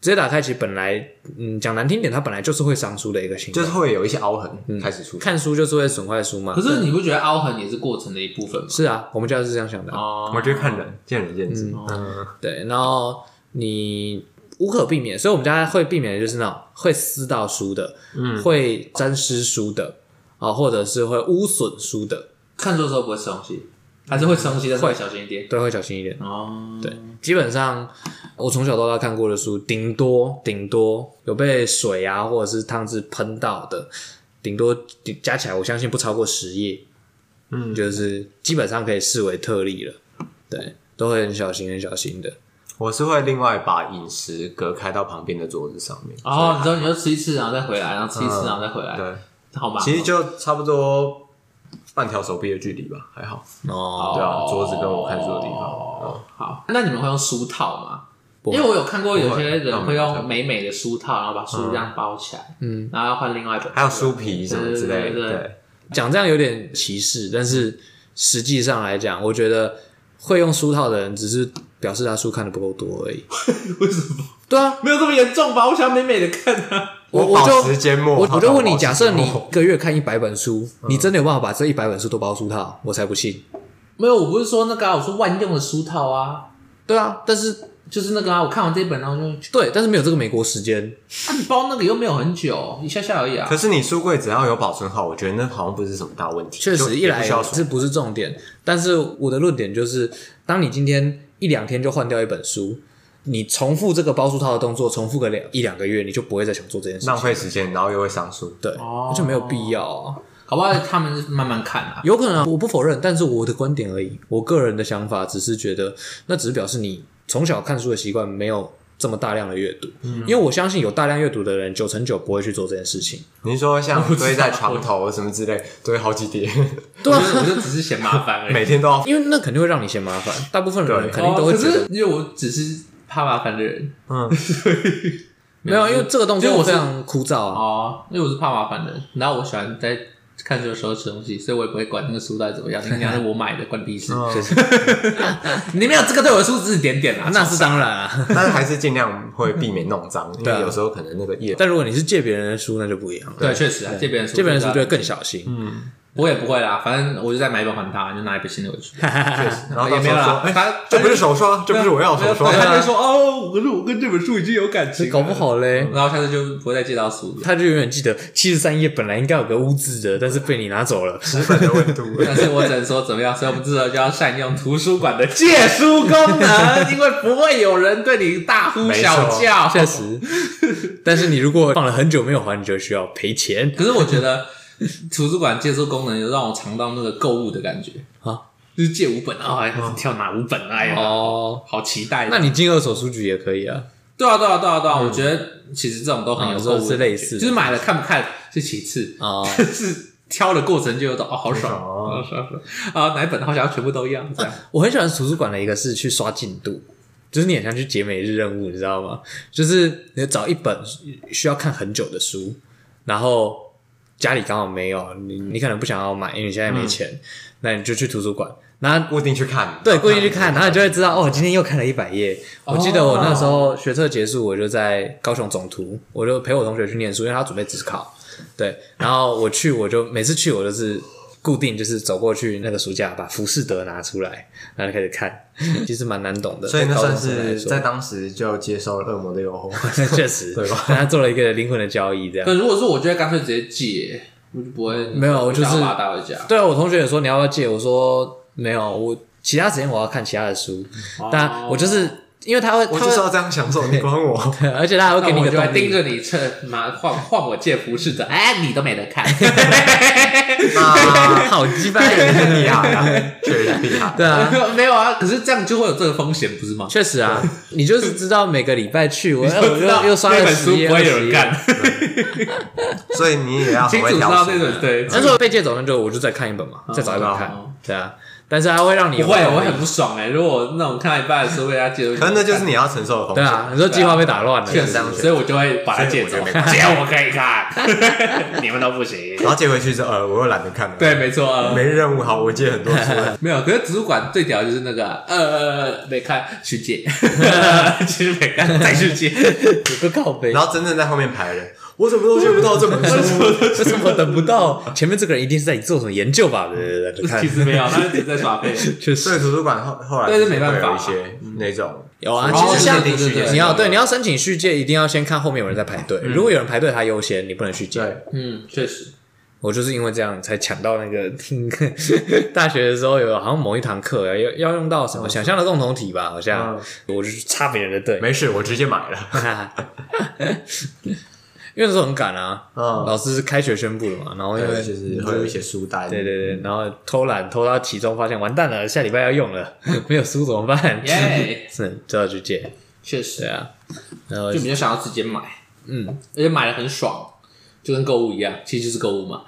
直接打开其实本来，嗯，讲难听点，它本来就是会伤书的一个行为，
就是会有一些凹痕开始出现。
看书就是会损坏书嘛
可。是你不觉得凹痕也是过程的一部分吗？
是啊，我们家是这样想的。
哦，
我觉得看人，见仁见智。嗯，
对，然后你无可避免，所以我们家会避免的就是那种会撕到书的，嗯，会沾湿书的，啊、或者是会污损书的，
看书的时候不会吃东西，还是会吃东西，但是会小心一点。
都会小心一点。
哦，
对，基本上我从小到大看过的书，顶多顶多有被水啊或者是汤汁喷到的，顶多顶加起来，我相信不超过十页，
嗯
就是基本上可以视为特例了。对，都会很小心很小心的。
我是会另外把饮食隔开到旁边的桌子上面。
哦，你知道你就吃一次，然后再回来，然后吃一次，然后再回来，
嗯对，
好哦吧？
其实就差不多半条手臂的距离吧，还好。
哦，
对啊，桌子跟我看书的地方
哦。好，那你们会用书套吗？
不
因
会
为我有看过有些
不会
人会
那我们
用美美的书套，然后把书这样包起来，嗯，然后要换另外一本，
还有书皮什么之类
对
的。
对对
对，
讲这样有点歧视，但是实际上来讲，我觉得会用书套的人只是表示他书看的不够多而已。
为什么
对啊，
没有这么严重吧？我想美美的看啊，
我
我
我
保
就
持缄默
我我就问
哦我嗯
你，
保持
假设你
缄默
一个月看一百本书，你真的有办法把这一百本书都包书套？我才不信。
没有，我不是说那个啊，我说万用的书套啊，
对啊，但是
就是那个啊，我看完这一本然后就去，
对，但是没有这个美国时间，
啊，你包那个又没有很久，一下下而已啊
可，是你书柜只要有保存好，我觉得那好像不是什么大问题。
确
就
实一
也不
来
需要
这不是重点。但是我的论点就是，当你今天一两天就换掉一本书，你重复这个包书套的动作，重复个两一两个月，你就不会再想做这件事情。
浪费时间，然后又会上书。
对，
哦
就没有必要啊。
搞不好他们是慢慢看啊，
有可能啊、我不否认，但是我的观点而已。我个人的想法只是觉得，那只是表示你从小看书的习惯没有这么大量的阅读。嗯，因为我相信有大量阅读的人，九成九不会去做这件事情。
你是说像堆在床头什么之类，堆好几叠，
对
我就
啊，
我就只是嫌麻 烦而已。
每天都 要。
因为那肯定会让你嫌麻烦，大部分的
对
人肯定都会
哦、可
觉得、
是因为我只是怕麻烦的人
嗯，
没有，因为这个动
嗯因为
作
我是
非常枯燥啊。
哦，因为我是怕麻烦的人，然后我喜欢在看书的时候吃东西，所以我也不会管那个书到底怎 么样，你讲是我买的，关屁事。
嗯
你没有这个对我的书指指点点啊，
那是当 然啊，
但是还是尽量会避免弄脏，因
对啊
为有时候可能那个页
但如果你是借别人的书，那就不一样。
对，确实啊，借别人书
借别人的书就会
对
更小心。嗯，
我也不会啦，反正我就再买一本还他，就拿一本新的回去。
然后
也
到
没
时
有
候说
啦，，
哎，
他
这不是手刷，这不是我要的手刷
对，他就说 哦，可是我跟这本书已经有感情了，
搞不好嘞，
然后下次就不会再借到书了。
他就永远记得七十三页本来应该有个污渍的，但是被你拿走了。
纸本的温度。
但是我只能说怎么样，所以我们这时候就要善用图书馆的借书功 能，因为不会有人对你大呼小叫。
确实，但是你如果放了很久没有还，你就需要赔钱
可是我觉得图书馆借书功能有让我尝到那个购物的感觉，
啊。
就是借五本啊，哎跳哪五本啊？哎呀
哦，
好期待！
那你进二手书局也可以啊。
对啊，对啊，对啊，对啊！我觉得其实这种都很有
嗯
购物
都
的
是
感觉
类似的
就是买了看不看是其次，
哦，
是挑的过程就有种哦，好爽，
好
好
爽哦
爽爽啊！哪一本好想要全部都一样这样。
我很喜欢图书馆的一个是去刷进度，就是你很像去解每日任务，你知道吗？就是你找一本需要看很久的书，然后家里刚好没有，你你可能不想要买，因为你现在没钱，那你就去图书馆，然后。
固定去看，
对，过去去看，然后你就会知道哦，今天又看了一百页。
哦
我记得我那时候学测结束，我就在高雄总图，我就陪我同学去念书，因为他准备自考。对，然后我去，我就每次去，我就是固定就是走过去那个书架，把《浮士德》拿出来，然后就开始看， 其实蛮难懂的。
所以那
对高
算
中生来
是
说
在当时就接受了恶魔的诱惑。
确实，
对吧
但他做了一个灵魂的交易，这样。
可如果是我，就会干脆直接借，我就不会
没有我就是
想要把它带回家。
对啊，我同学也说你要不要借，我说没有，我其他时间我要看其他的书，但我就是因为他会，
哦我
他
就
会
是要这样享受，你管我？
而且他还会给
那
你一
我
个
就会
动
盯
力。
着你，趁妈换换我借服侍的，哎，你都没得 看。
啊，
好鸡巴
确
人！
实厉害啊，确实厉害。
对啊，
没有啊，可是这样就会有这个风险，不是吗？
确实啊，你就是知道每个礼拜去，我哎
就
我
知道
又又刷
那
了
本书
十页，
不会有
20
人
页。
看，
所以你也要
清
很
楚
会
知
挑
道
选
那
啊
种对。
但是我被借走那就我就再看一本嘛，再找一本看
哦。
对啊，但是它会让你
不
有
会，
动力
我会很不爽哎！如果那种看到一半的时候被他借，
可能那就是你要承受的风
对
险。
啊，你说计划被打乱了，
确实，所以我就会把它借走。
所以我
只
就没 看
有我可以看，你们都不行。
然后借回去之后，呃，我又懒得看了。
对，，没错，呃
没任务，好，我借很多书了。
没有，可是图书馆最屌的就是那个呃没看去借，其实没看再去借，
有个靠背，
然后真正在后面排的人，我怎么都借不到这本书。
为什么等不到？前面这个人一定是在你做什么研究吧？对对
其
对，
实没有，他只是在耍废。
确
所以
实
图书馆后后来
但是没办
会有
法
一些那种
有啊。
哦
其实像
对对对对
你要对你要申请续借，一定要先看后面有人在排队。如果有人排队，他优先，你不能续借。
对，
嗯，确实，
我就是因为这样才抢到那个 大学的时候有好像某一堂课啊要要用到什么想象的共同体吧，好像、我就去插别人的队，
哦没事，我直接买了。
因为那时候很赶啊，
嗯
老师是开学宣布的嘛，然后因为
对，就是会有一些书单。
对对对，然后偷懒偷到其中发现完蛋了，下礼拜要用了， 没有书怎么办？
耶，
是就要去借，
确
对
实，
啊，然后
就比较想要直接买，
嗯，
而且买的很爽，就跟购物一样，其实就是购物嘛。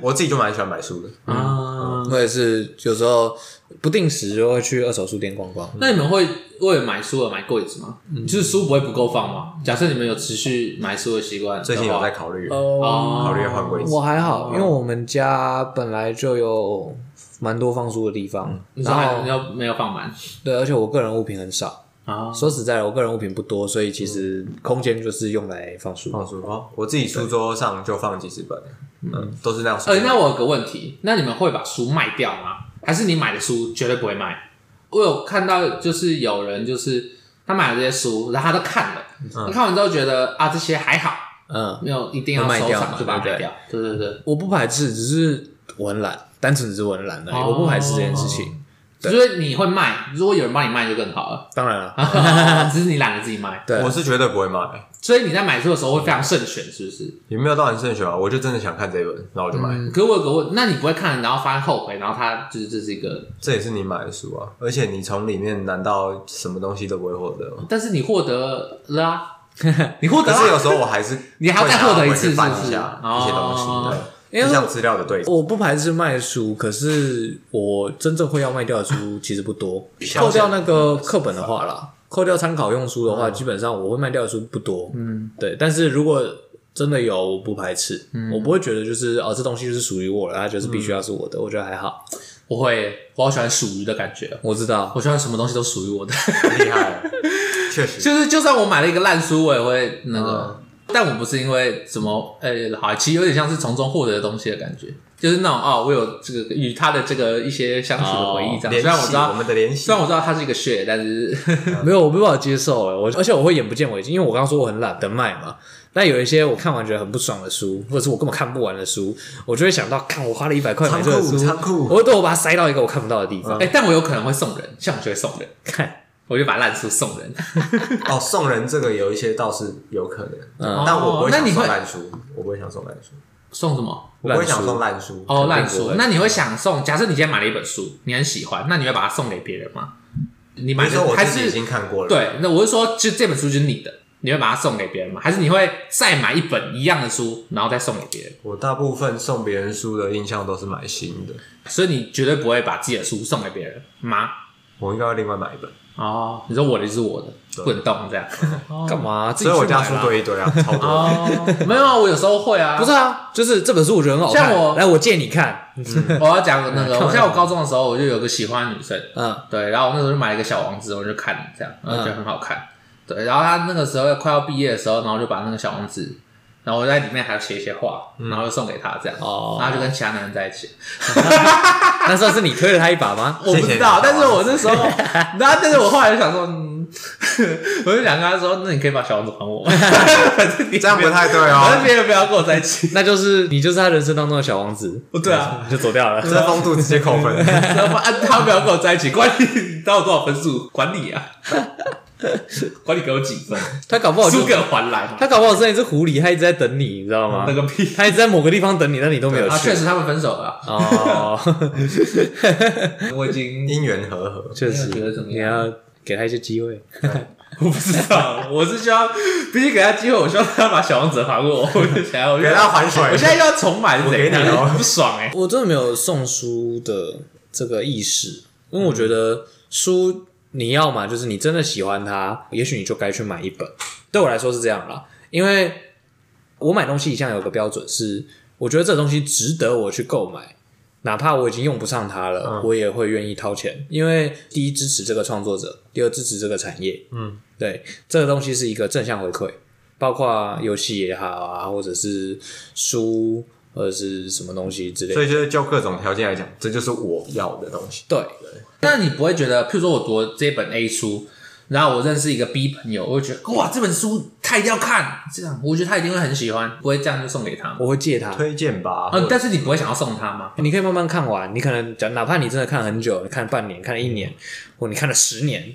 我自己就蛮喜欢买书的。
啊，
或者是有时候不定时就会去二手书店逛逛，
那你们会为了买书而买柜子吗？
嗯
就是书不会不够放吗？假设你们有持续买书的习惯，
最近有在考虑，
哦，
考虑换柜子
我。还好，因为我们家本来就有蛮多放书的地方，
你说
然
嗯还
后
你要没有放满
对，而且我个人物品很少。
啊？
说实在的，我个人物品不多，所以其实空间就是用来放书。
放书哦，我自己书桌上就放几十本，嗯，都是那样书。
呃，那我有个问题，那你们会把书卖掉吗？还是你买的书绝对不会卖？我有看到，就是有人就是他买了这些书，然后他都看了，他看完之后觉得啊这些还好，
嗯，
没有一定要
要卖
收
掉
藏
嘛
就把它
对
卖
不对
掉。对对对，
我不排斥，只是我很懒，单纯只是我很懒而已，
哦
我不排斥这件事情。
所以你会卖，如果有人帮你卖就更好 了，
当然了，
只是你懒得自己卖。
对
我是绝对不会买，
所以你在买书的时候会非常慎选，是不是？
也没有到很慎选啊，我就真的想看这一本，然后我就买。
可我有个问，那你不会看，然后发现后悔，然后他就是这是一个，
这也是你买的书啊，而且你从里面难道什么东西都不会获得 吗？
但是你获得了啊、你获得
可
了啊、
是有时候我还是
你还要再获得一次
会拿回
是
去翻
不
一
是
下一些东西，
哦
对，就像资料的对比。
我不排斥卖书，可是我真正会要卖掉的书其实不多。
想
扣掉那个课本的话啦，扣掉参考用书的话，
嗯
基本上我会卖掉的书不多。嗯，对。但是如果真的有，我不排斥，
嗯
我不会觉得就是哦，这东西就是属于我了，它就是必须要是我的，我觉得还好。
我会，我好喜欢属于的感觉，
我知道，
我喜欢什么东西都属于 我的，
厉害，啊 确实。
就是就算我买了一个烂书，我也会嗯那个。但我不是因为什么，呃、好，其实有点像是从中获得的东西的感觉，就是那种哦，我有这个与他的这个一些相处的回忆这样。虽
联
然我知
系哦我
道，
们的联系
虽，然我知道他是一个 shit，但是
没有，我没办法接受哎，我而且我会眼不见为净，因为我刚刚说我很懒得卖嘛。但有一些我看完觉得很不爽的书，或者是我根本看不完的书，我就会想到，看我花了一百块买这个
仓
书，
库仓库
我会对我把它塞到一个我看不到的地方。
哎、但我有可能会送人，像我就会送人，
看，
我就把烂书送人。
哦，送人这个有一些倒是有可能，
嗯
但我不会
哦那
想
你会
送烂书，我不会想送烂书，
送什么？
我不会
烂书
想送烂书。
哦，
肯定
烂
不
书
会。
那
嗯
你会想送？假设你今天买了一本书，你很喜欢，那你会把它送给别人吗？你
比
买
如说
的
我
还
自己已
是
经看过了，
对？那我是说，就这本书就是你的，你会把它送给别人吗？还是你会再买一本一样的书，然后再送给别人？
我大部分送别人书的印象都是买新的，
所以你绝对不会把自己的书送给别人吗？
我应该要另外买一本，
哦，你说我的就是我的，
对哦
不能动这样。
哎干嘛？自
所
己
以我
去
家
买
书
啦。
堆一堆啊，超 多。
哦，没有啊，我有时候会啊，
不是啊，就是这本书我觉得很好看，
像我
来我借你看，
我要讲 那个，我像我高中的时候，我就有个喜欢的女生，
嗯，
对，然后我那时候就买了一个小王子，我就看这样，然后觉得
嗯
很好看，对，然后她那个时候快要毕业的时候，然后我就把那个小王子，然后我在里面还要写一些话，
嗯
然后就送给她这样，
哦
然后就跟其他男人在一起，
那算是你推了他一把吗？
我不知道，
谢谢
但是我那时候，然后但是我后来就想说，嗯 我就想跟她说，那你可以把小王子还我吗， 反正你
这样不太对
反正
哦，
别人不要跟我在一起，
那就是你就是他人生当中的小王子，
对啊。
就走掉了。
这风度直接扣分。
然后按他不要跟我在一起，管你到多少分数，管你啊， 管你给我几分，
他搞不好
输
就
给我还来嘛，
他搞不好是一只狐狸，他一直在等你，你知道吗
那？个屁！
他一直在某个地方等你，但你都没有
啊，确
去。
实他们分手了 啊，
哦，
我已经
因缘和合，
确实
你有觉得怎么
你
样
要给他一些机会。
我不知道，我是希望，毕竟给他机会，我希望他把小王子还我，我就想要，我就
给他还水。
我现在又要重买，是怎样
我给你哦
很不爽哎、
我真的没有送书的这个意识，因为我觉得书你要嘛，就是你真的喜欢它，也许你就该去买一本。对我来说是这样啦，因为我买东西一向有个标准是，我觉得这东西值得我去购买。哪怕我已经用不上它了，我也会愿意掏钱，因为第一支持这个创作者，第二支持这个产业，
嗯，
对，这个东西是一个正向回馈，包括游戏也好啊，或者是书或者是什么东西之类的
所。以就是就各种条件来讲，这就是我要的东西。
对，
那你不会觉呃得，譬如说我读了这本 A 书，然后我认识一个 B 朋友，我会觉得哇，这本书他一定要看，这样我觉得他一定会很喜欢，不会这样就送给他吗。
我会借它。
推荐吧，
嗯，但是你不会想要送他吗？
你可以慢慢看完，你可能讲，哪怕你真的看很久，你看半年、看一
嗯
年，或你看了十年，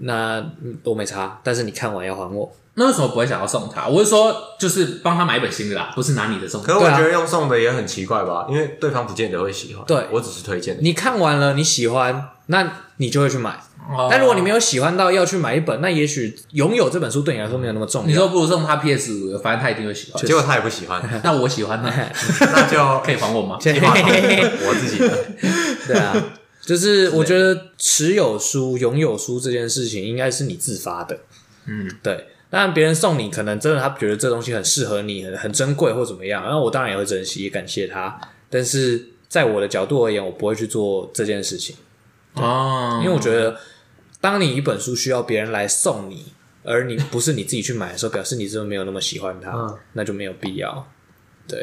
那嗯都没差。但是你看完要还我，
那为什么不会想要送他？我是说，就是帮他买一本新的啦，不是拿你的送
可
他。
是我
对啊
觉得用送的也很奇怪吧，因为对方不见得会喜欢。
对
我只是推荐的。
你看完了，你喜欢，那你就会去买。
哦
但如果你没有喜欢到要去买一本，那也许拥有这本书对你来说没有那么重要。
你 说不如送他 PS 五，反正他一定会喜欢。
结果他也不 喜欢，
那我喜欢呢，
那就
可以还我吗？
对
计划好我自己的。
对啊，就是我觉得持有书、拥有书这件事情，应该是你自发的。
嗯，
对。当然，别人送你，可能真的他觉得这东西很适合你，很很珍贵或怎么样，然后我当然也会珍惜，也感谢他。但是在我的角度而言，我不会去做这件事情，
哦，
嗯
因为我觉得，当你一本书需要别人来送你，而你不是你自己去买的时候，表示你真的没有那么喜欢它，
嗯
那就没有必要。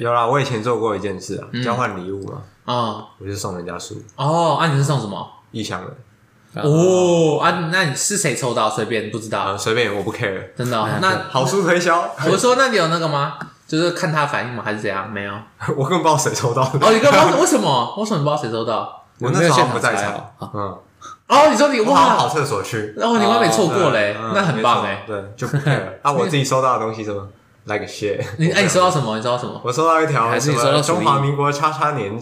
有啦，我以前做过一件事啊，交换礼物嘛，
哦
我就送人家书，
哦，啊，你是送什么？
异乡人，
哦啊，那你是谁抽到？随便不知
啊，
道，
随便我不 care，
真的哦。那
好书推销，
我说，那你有那个吗？就是看他反应吗？还是怎样？没有。哦，
我根本不知道谁抽到的。
你跟我 为什么？为什么你不知道谁抽到？
我那时候好像不在
你没有现场
场，嗯，
哦，你说你
我好
哇，
跑厕所去，
然后你完美错过嘞
对，嗯
那很棒哎
没。错对，就不 care。啊，我自己收到的东西是吗？Like a shit。
你哎，你收到什么？你收到什么？
我收到一条
还
什
是你收到
么
鼠疫
中华民国叉叉年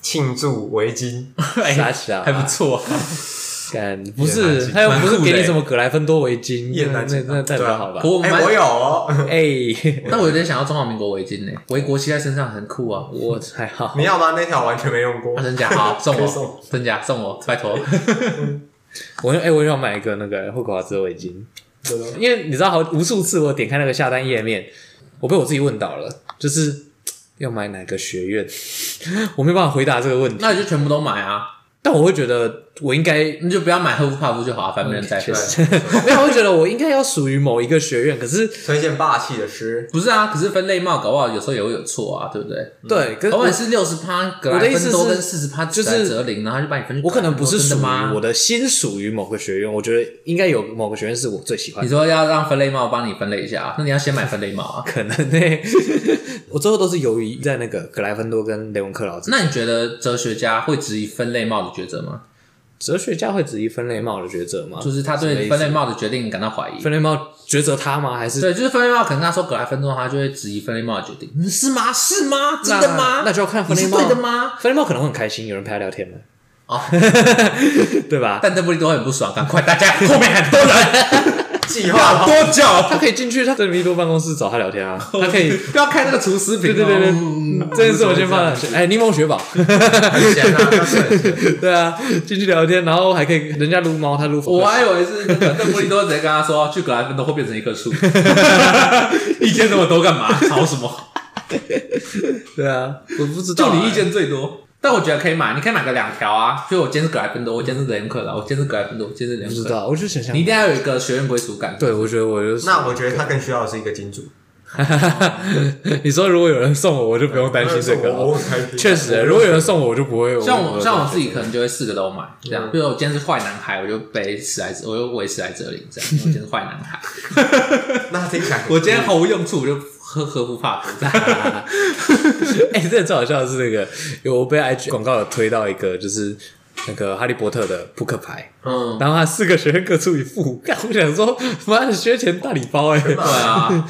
庆祝围巾，
傻小啊
还不错。
干不
也蛮
是，
奇
他又
蛮
不是
酷
给
的
你
欸
什么葛莱芬多围巾，
也
那
蛮
那
奇
那代
对
表
啊
好吧
可？我
哎、
蛮
我有哦，
哎，
那我有点想要中华民国围巾呢，围国旗在身上很酷啊！
我还好
你，要吗？那条完全没用 过
啊，，真假好送
可以
我
送，
真假送我，拜托。
我哎，我想买一个那个霍格华兹的围巾，因为你知道，好无数次我点开那个下单页面，我被我自己问倒了，就是嘖要 买哪个学院，我没有办法回答这个问题。
那你就全部都买啊！
但我会觉得我应该
你就不要买赫夫帕夫就好啊，反正没
嗯
人在乎
确。实
对，
没有，我会觉得我应该要属于某一个学院，可是
推荐霸气的诗，
不是啊，可是分类帽搞不好有时候也会有错啊，对不对？
对，可是
偶
我
尔是六十趴，格
我的
莱
意思
芬多
是
跟四十趴
就是
折零，然后就把你分去改。哦
我可能不是
真
属
的
于
吗？
我的心属于某个学院，我觉得应该有某个学院是我最喜欢
你
的。
说要让分类帽帮你分类一下啊，那你要先买分类帽啊。
可能呢、 我最后都是由于在那个格莱芬多跟雷文克劳之间。
那你觉得哲学家会质疑分类帽的抉择吗？
哲学家会质疑分类帽的抉择吗？
就是他
什么意
对
思
分类帽的决定感到怀疑。
分类帽抉择他吗？还是
对，就是分类帽，可能他说格莱芬多，他就会质疑分类帽的决定。嗯是吗？是吗？真的吗？
那那就要看分
你
类
是
帽
对的吗？
分类帽可能会很开心，有人陪他聊天吗？
哦，
对吧？
但邓布利多很不爽，赶快大家后面很多人，
计划
多久？
他可以进去他的米多办公室找他 聊天啊，他可以。
不要开那个厨师
对
饼。
对对对，
嗯
嗯这件事我先放下。哎，柠 檬雪宝，
很闲啊，那是很闲
对啊，进去聊天，然后还可以人家撸猫，他撸狗
我还以为是那个邓布利多直接跟他说，去格莱芬多会变成一棵 树。意见那么多干嘛？吵什 么？
对啊，我不知道、
就
啊，
你意见最多。但我觉得可以买，你可以买个两条啊。就我今天是格莱芬多，我今天是雷恩克劳，我今天是格莱芬多，我今嗯天是雷
不
恩
知
克劳。
道，我就想想
你一，定要有一个学院归属感。
对我觉得我就是，
那我觉得他更需要的是一个金主，
你说如果有人送我，我就不用担心这个
我我
了。
很开心
确实、如果有人送我，我就不会。
像我
我
像我嗯自己可能就会四个都买，这样。比如我今天是坏男孩，我就背史莱哲，我就围史莱哲林这 样。我今天是坏男孩，
那听起来很
我今天毫无用处，我就喝喝不怕这样
哎、这最好笑的是那个，有我被 IG 广告有推到一个，就是那个哈利波特的扑克牌，
嗯，
然后他四个学院各出一副，干我想说，妈的学前大礼包 哎、
对 啊，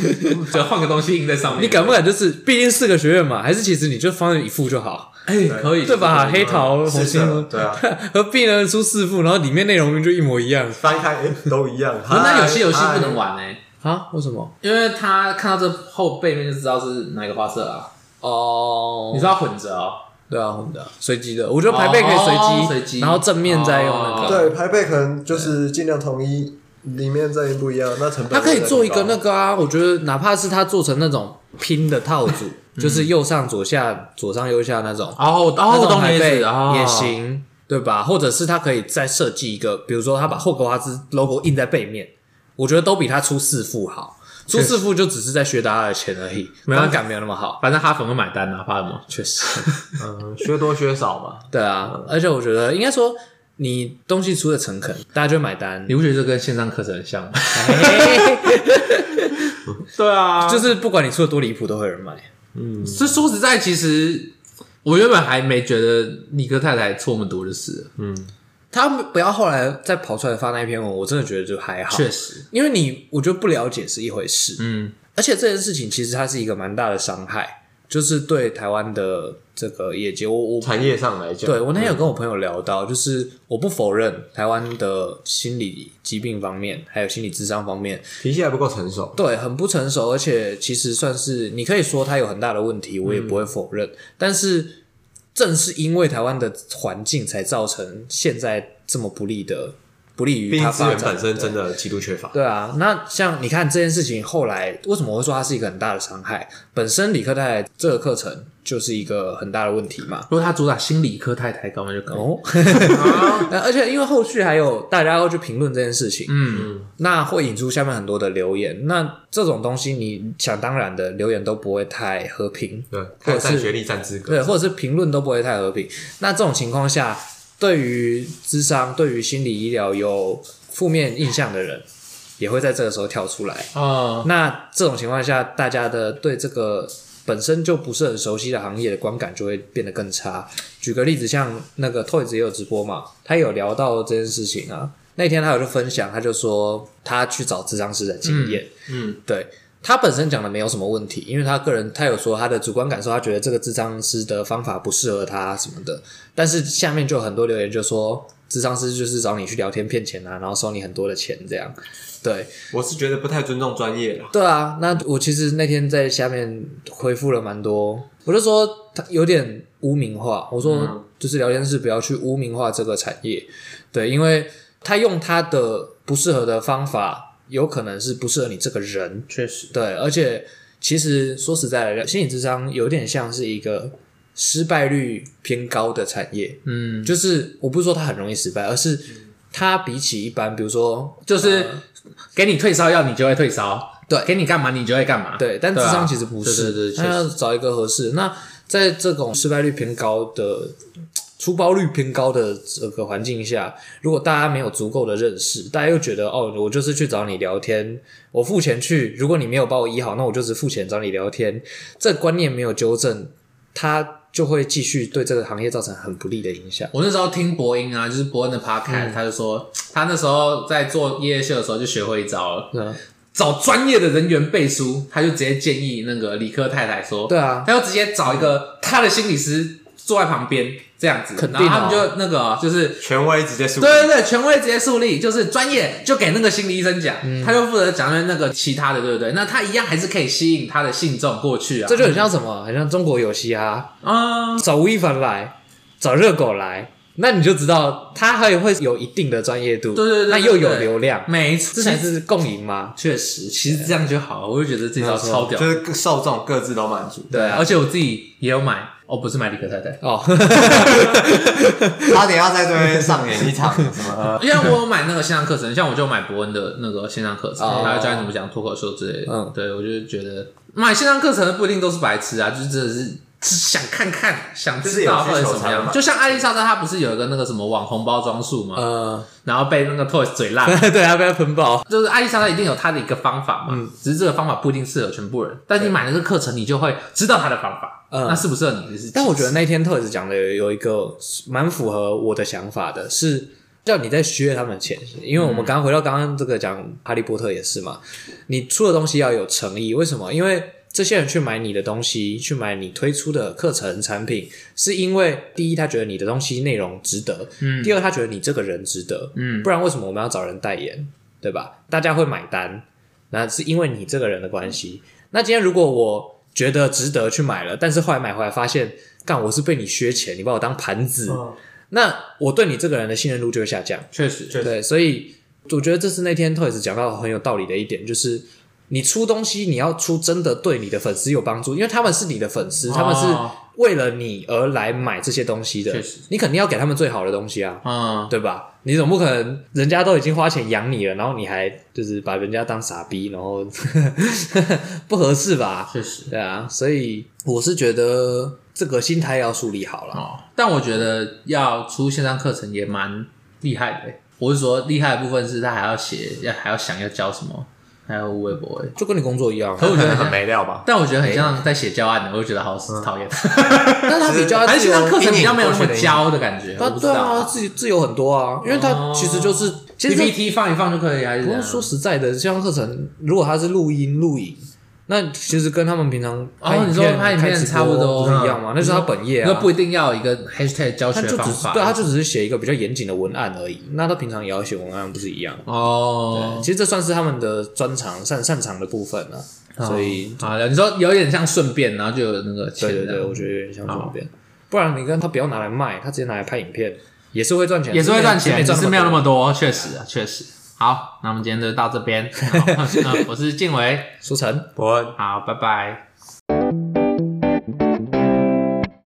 只要换个东西印在上面。
你敢不敢？就是毕竟四个学院嘛，还是其实你就放一副就好，
哎，可以
对吧？
可以
黑桃、
是
红心
的
呢，
对啊，
何必呢？出四副，然后里面内容明明就一模一样
翻开哎都一 样。
可是那有些
嗨
游戏不能
嗨
玩哎，
啊？为什么？
因为他看到这后背面就知道是哪个花色啊。
哦
你说要混着哦。
对啊，混的随机的，我觉得排背可以随机，
哦随机
然后正面再用那个。
哦
对，排辈可能就是尽量统一，里面再不一样，那成本
它可以做一个那
个
个啊，我觉得哪怕是它做成那种拼的套组，就是右上左下、左上右下那种，
嗯哦，
那
哦，我懂
种
你
排
意
背
思哦
也。行，对吧？或者是它可以再设计一个，比如说它把霍格华兹 logo 印在背面，我觉得都比它出四副好。出四副就只是在学达尔的钱而已，
没有
观感没有那么好，
反正哈粉会买单啊，怕什么？
确实。
嗯，缺多缺少吧。
对啊，而且我觉得应该说。你东西出的诚恳，大家就会买单。
你不觉得这跟线上课程很像吗？
嘿
对啊
就
就是
是不管你出的多离谱，都会有人买。
这说实在，其实我原本还没觉得尼克太太错那么多的事，
他们不要后来再跑出来发那一篇文，我真的觉得就还好，
确实，
因为你我觉得不了解是一回事，
嗯，
而且这件事情其实它是一个蛮大的伤害，就是对台湾的这个业界，我我
产业上来讲，
对我那天有跟我朋友聊到，就是我不否认台湾的心理疾病方面，还有心理智商方面，
脾气还不够成熟，
对，很不成熟，而且其实算是你可以说它有很大的问题，
嗯
我也不会否认。但是正是因为台湾的环境，才造成现在这么不利的，不利于
毕
它
竟资
发
源
展。
本身真的极度缺乏。
对啊，那像你看这件事情后来为什么我会说它是一个很大的伤害？本身理科太太这个课程就是一个很大的问题嘛。
如果他主打心理科太太高，那就高。
哦，呃而且因为后续还有大家要去评论这件事情，
嗯，
那会引出下面很多的留言。那这种东西，你想当然的留言都不会太和平，
对，
或
还
者
有占
是
学历、占资
对，
格，
或者是评论都不会太和平。那这种情况下，对于智商、对于心理医疗有负面印象的人，也会在这个时候跳出来。
啊，
那这种情况下，大家的对这个本身就不是很熟悉的行业的观感就会变得更差。举个例子，像那个 Toys 也有直播嘛，他有聊到这件事情啊。那天他有就分享，他就说他去找智商师的经验，
嗯，
对他本身讲的没有什么问题，因为他个人他有说他的主观感受，他觉得这个智商师的方法不适合他什么的。但是下面就有很多留言就说，智商师就是找你去聊天骗钱啊，然后收你很多的钱这样，对。
我是觉得不太尊重专业啦。
对啊，那我其实那天在下面回复了蛮多，我就说他有点污名化，我说就是聊天室不要去污名化这个产业，对，因为他用他的不适合的方法，有可能是不适合你这个人，
确实，
对，而且其实说实在的，心理智商有点像是一个失败率偏高的产业。
嗯，
就是我不是说它很容易失败，而是它比起一般，比如说
就是给你退烧药，你就会退烧；
对
给你干嘛，你就会干嘛。
对，但智
啊
商其实不
对
是，
对对确
他要找一个合适。那在这种失败率偏高的、出包率偏高的这个环境下，如果大家没有足够的认识，大家又觉得哦，我就是去找你聊天，我付钱去，如果你没有把我医好，那我就只付钱找你聊天，这观念没有纠正，它就会继续对这个行业造成很不利的影响。
我那时候听博音啊，就是博恩的 podcast，、他就
嗯
说他那时候在做夜秀的时候就学会一招了，
嗯，
找专业的人员背书，他就直接建议那个理科太太说，
对啊，
他就直接找一个他的心理师坐在旁边这样子，
肯定嗯
然后他们
啊
就那个就是。
权威直接输
对对对，权威直接树立，就是专业就给那个心理医生讲，
嗯
他就负责讲那个其他的，对不对？那他一样还是可以吸引他的信众过去啊。
这就很像什么？很像中国有嘻哈，
啊、
找吴亦凡来，找热狗来，那你就知道他还会有一定的专业度，
对对对对
那又有流量，
没错，
这才是共赢嘛。
确实，其实这样就好了，我就觉得这招超屌
就。是受众各自都满足，
对，啊而且我自己也有买，哦，不是买理科太太，
哦，
差点要在这边上演一场什么
因为我有买那个线上课程，像我就买伯恩的那个线上课程
哦，
他会教你怎么讲脱口秀之类的。
嗯
对我就觉得买线上课程的不一定都是白痴啊，就是真的是只想看看，想知道
就
或
是有
者
需求
怎
才
么
会
样。
买
就像艾丽莎莎，她不是有一个那个什么网红包装术嘛，
呃，
然后被那个 Toys 嘴 烂。
对啊，被他喷爆，
就是艾丽莎莎一定有她的一个方法嘛，只是这个方法不一定适合全部人。但你买了这个课程，你就会知道她的方法，
嗯
那适不适合你就是其次。
但我觉得那天 Toys 讲的有有一个蛮符合我的想法的，是叫你在削他们钱，因为我
嗯
们刚刚回到刚刚这个讲哈利波特也是嘛，你出的东西要有诚意，为什么？因为这些人去买你的东西，去买你推出的课程产品，是因为第一，他觉得你的东西内容值得；嗯，第二，他觉得你这个人值得。嗯，不然为什么我们要找人代言，对吧？大家会买单，那是因为你这个人的关系。那今天如果我觉得值得去买了，但是后来买回来发现，干我是被你削钱，你把我当盘子，
嗯
呃
那我对你这个人的信任度就会下降。
确实，
对
对，所以我觉得这是那天 Toys 讲到很有道理的一点，就是你出东西你要出真的对你的粉丝有帮助，因为他们是你的粉丝，他们是
哦
为了你而来买这些东西的
确实，
你肯定要给他们最好的东西啊，
嗯，
对吧？你总不可能人家都已经花钱养你了，然后你还就是把人家当傻逼，然后 不合适吧？
确实。
对啊，所以我是觉得这个心态要树立好了。
哦，但我觉得要出线上课程也蛮厉害的欸。我是说，厉害的部分是他还要写，要还要想要教什么，还有微博欸。
就跟你工作一样，啊
可我觉得很
很
像，
没料吧？
但我觉得很像在写教案的，我就觉得好讨厌。
但嗯是他比较
还是
自
线
由
上课程比较没有那么教的感觉，
他
我不知
对啊，
道。哦
自己自由很多啊，因为他其实就是、其实
PPT 放一放就可以，还是
不
怎样
过说实在的，这项课程如果他是录音录影，那其实跟他们平常拍
哦你说拍影片
开直播
差不多
不是一样嘛，那是他本业
那
啊。
不一定要有一个 hashtag 教
他
学
就
方
只是
法。
对，他就只是写一个比较严谨的文案而已。那他平常也要写文案，不是一样？
哦，
其实这算是他们的专长、擅擅长的部分了、啊。所以，
好了，你说有点像顺便，然后就有那个钱
对
这
对
样，
对，我觉得有点像这边。不然你跟他不要拿来卖，他直接拿来拍影片，也是会赚钱，
也是会赚钱，只
只
是没有那
么
么多，确实啊，确实。好， 那我们今天就到这边。好嗯我是静伟，
多。舒晨。
伯恩。
好，拜拜。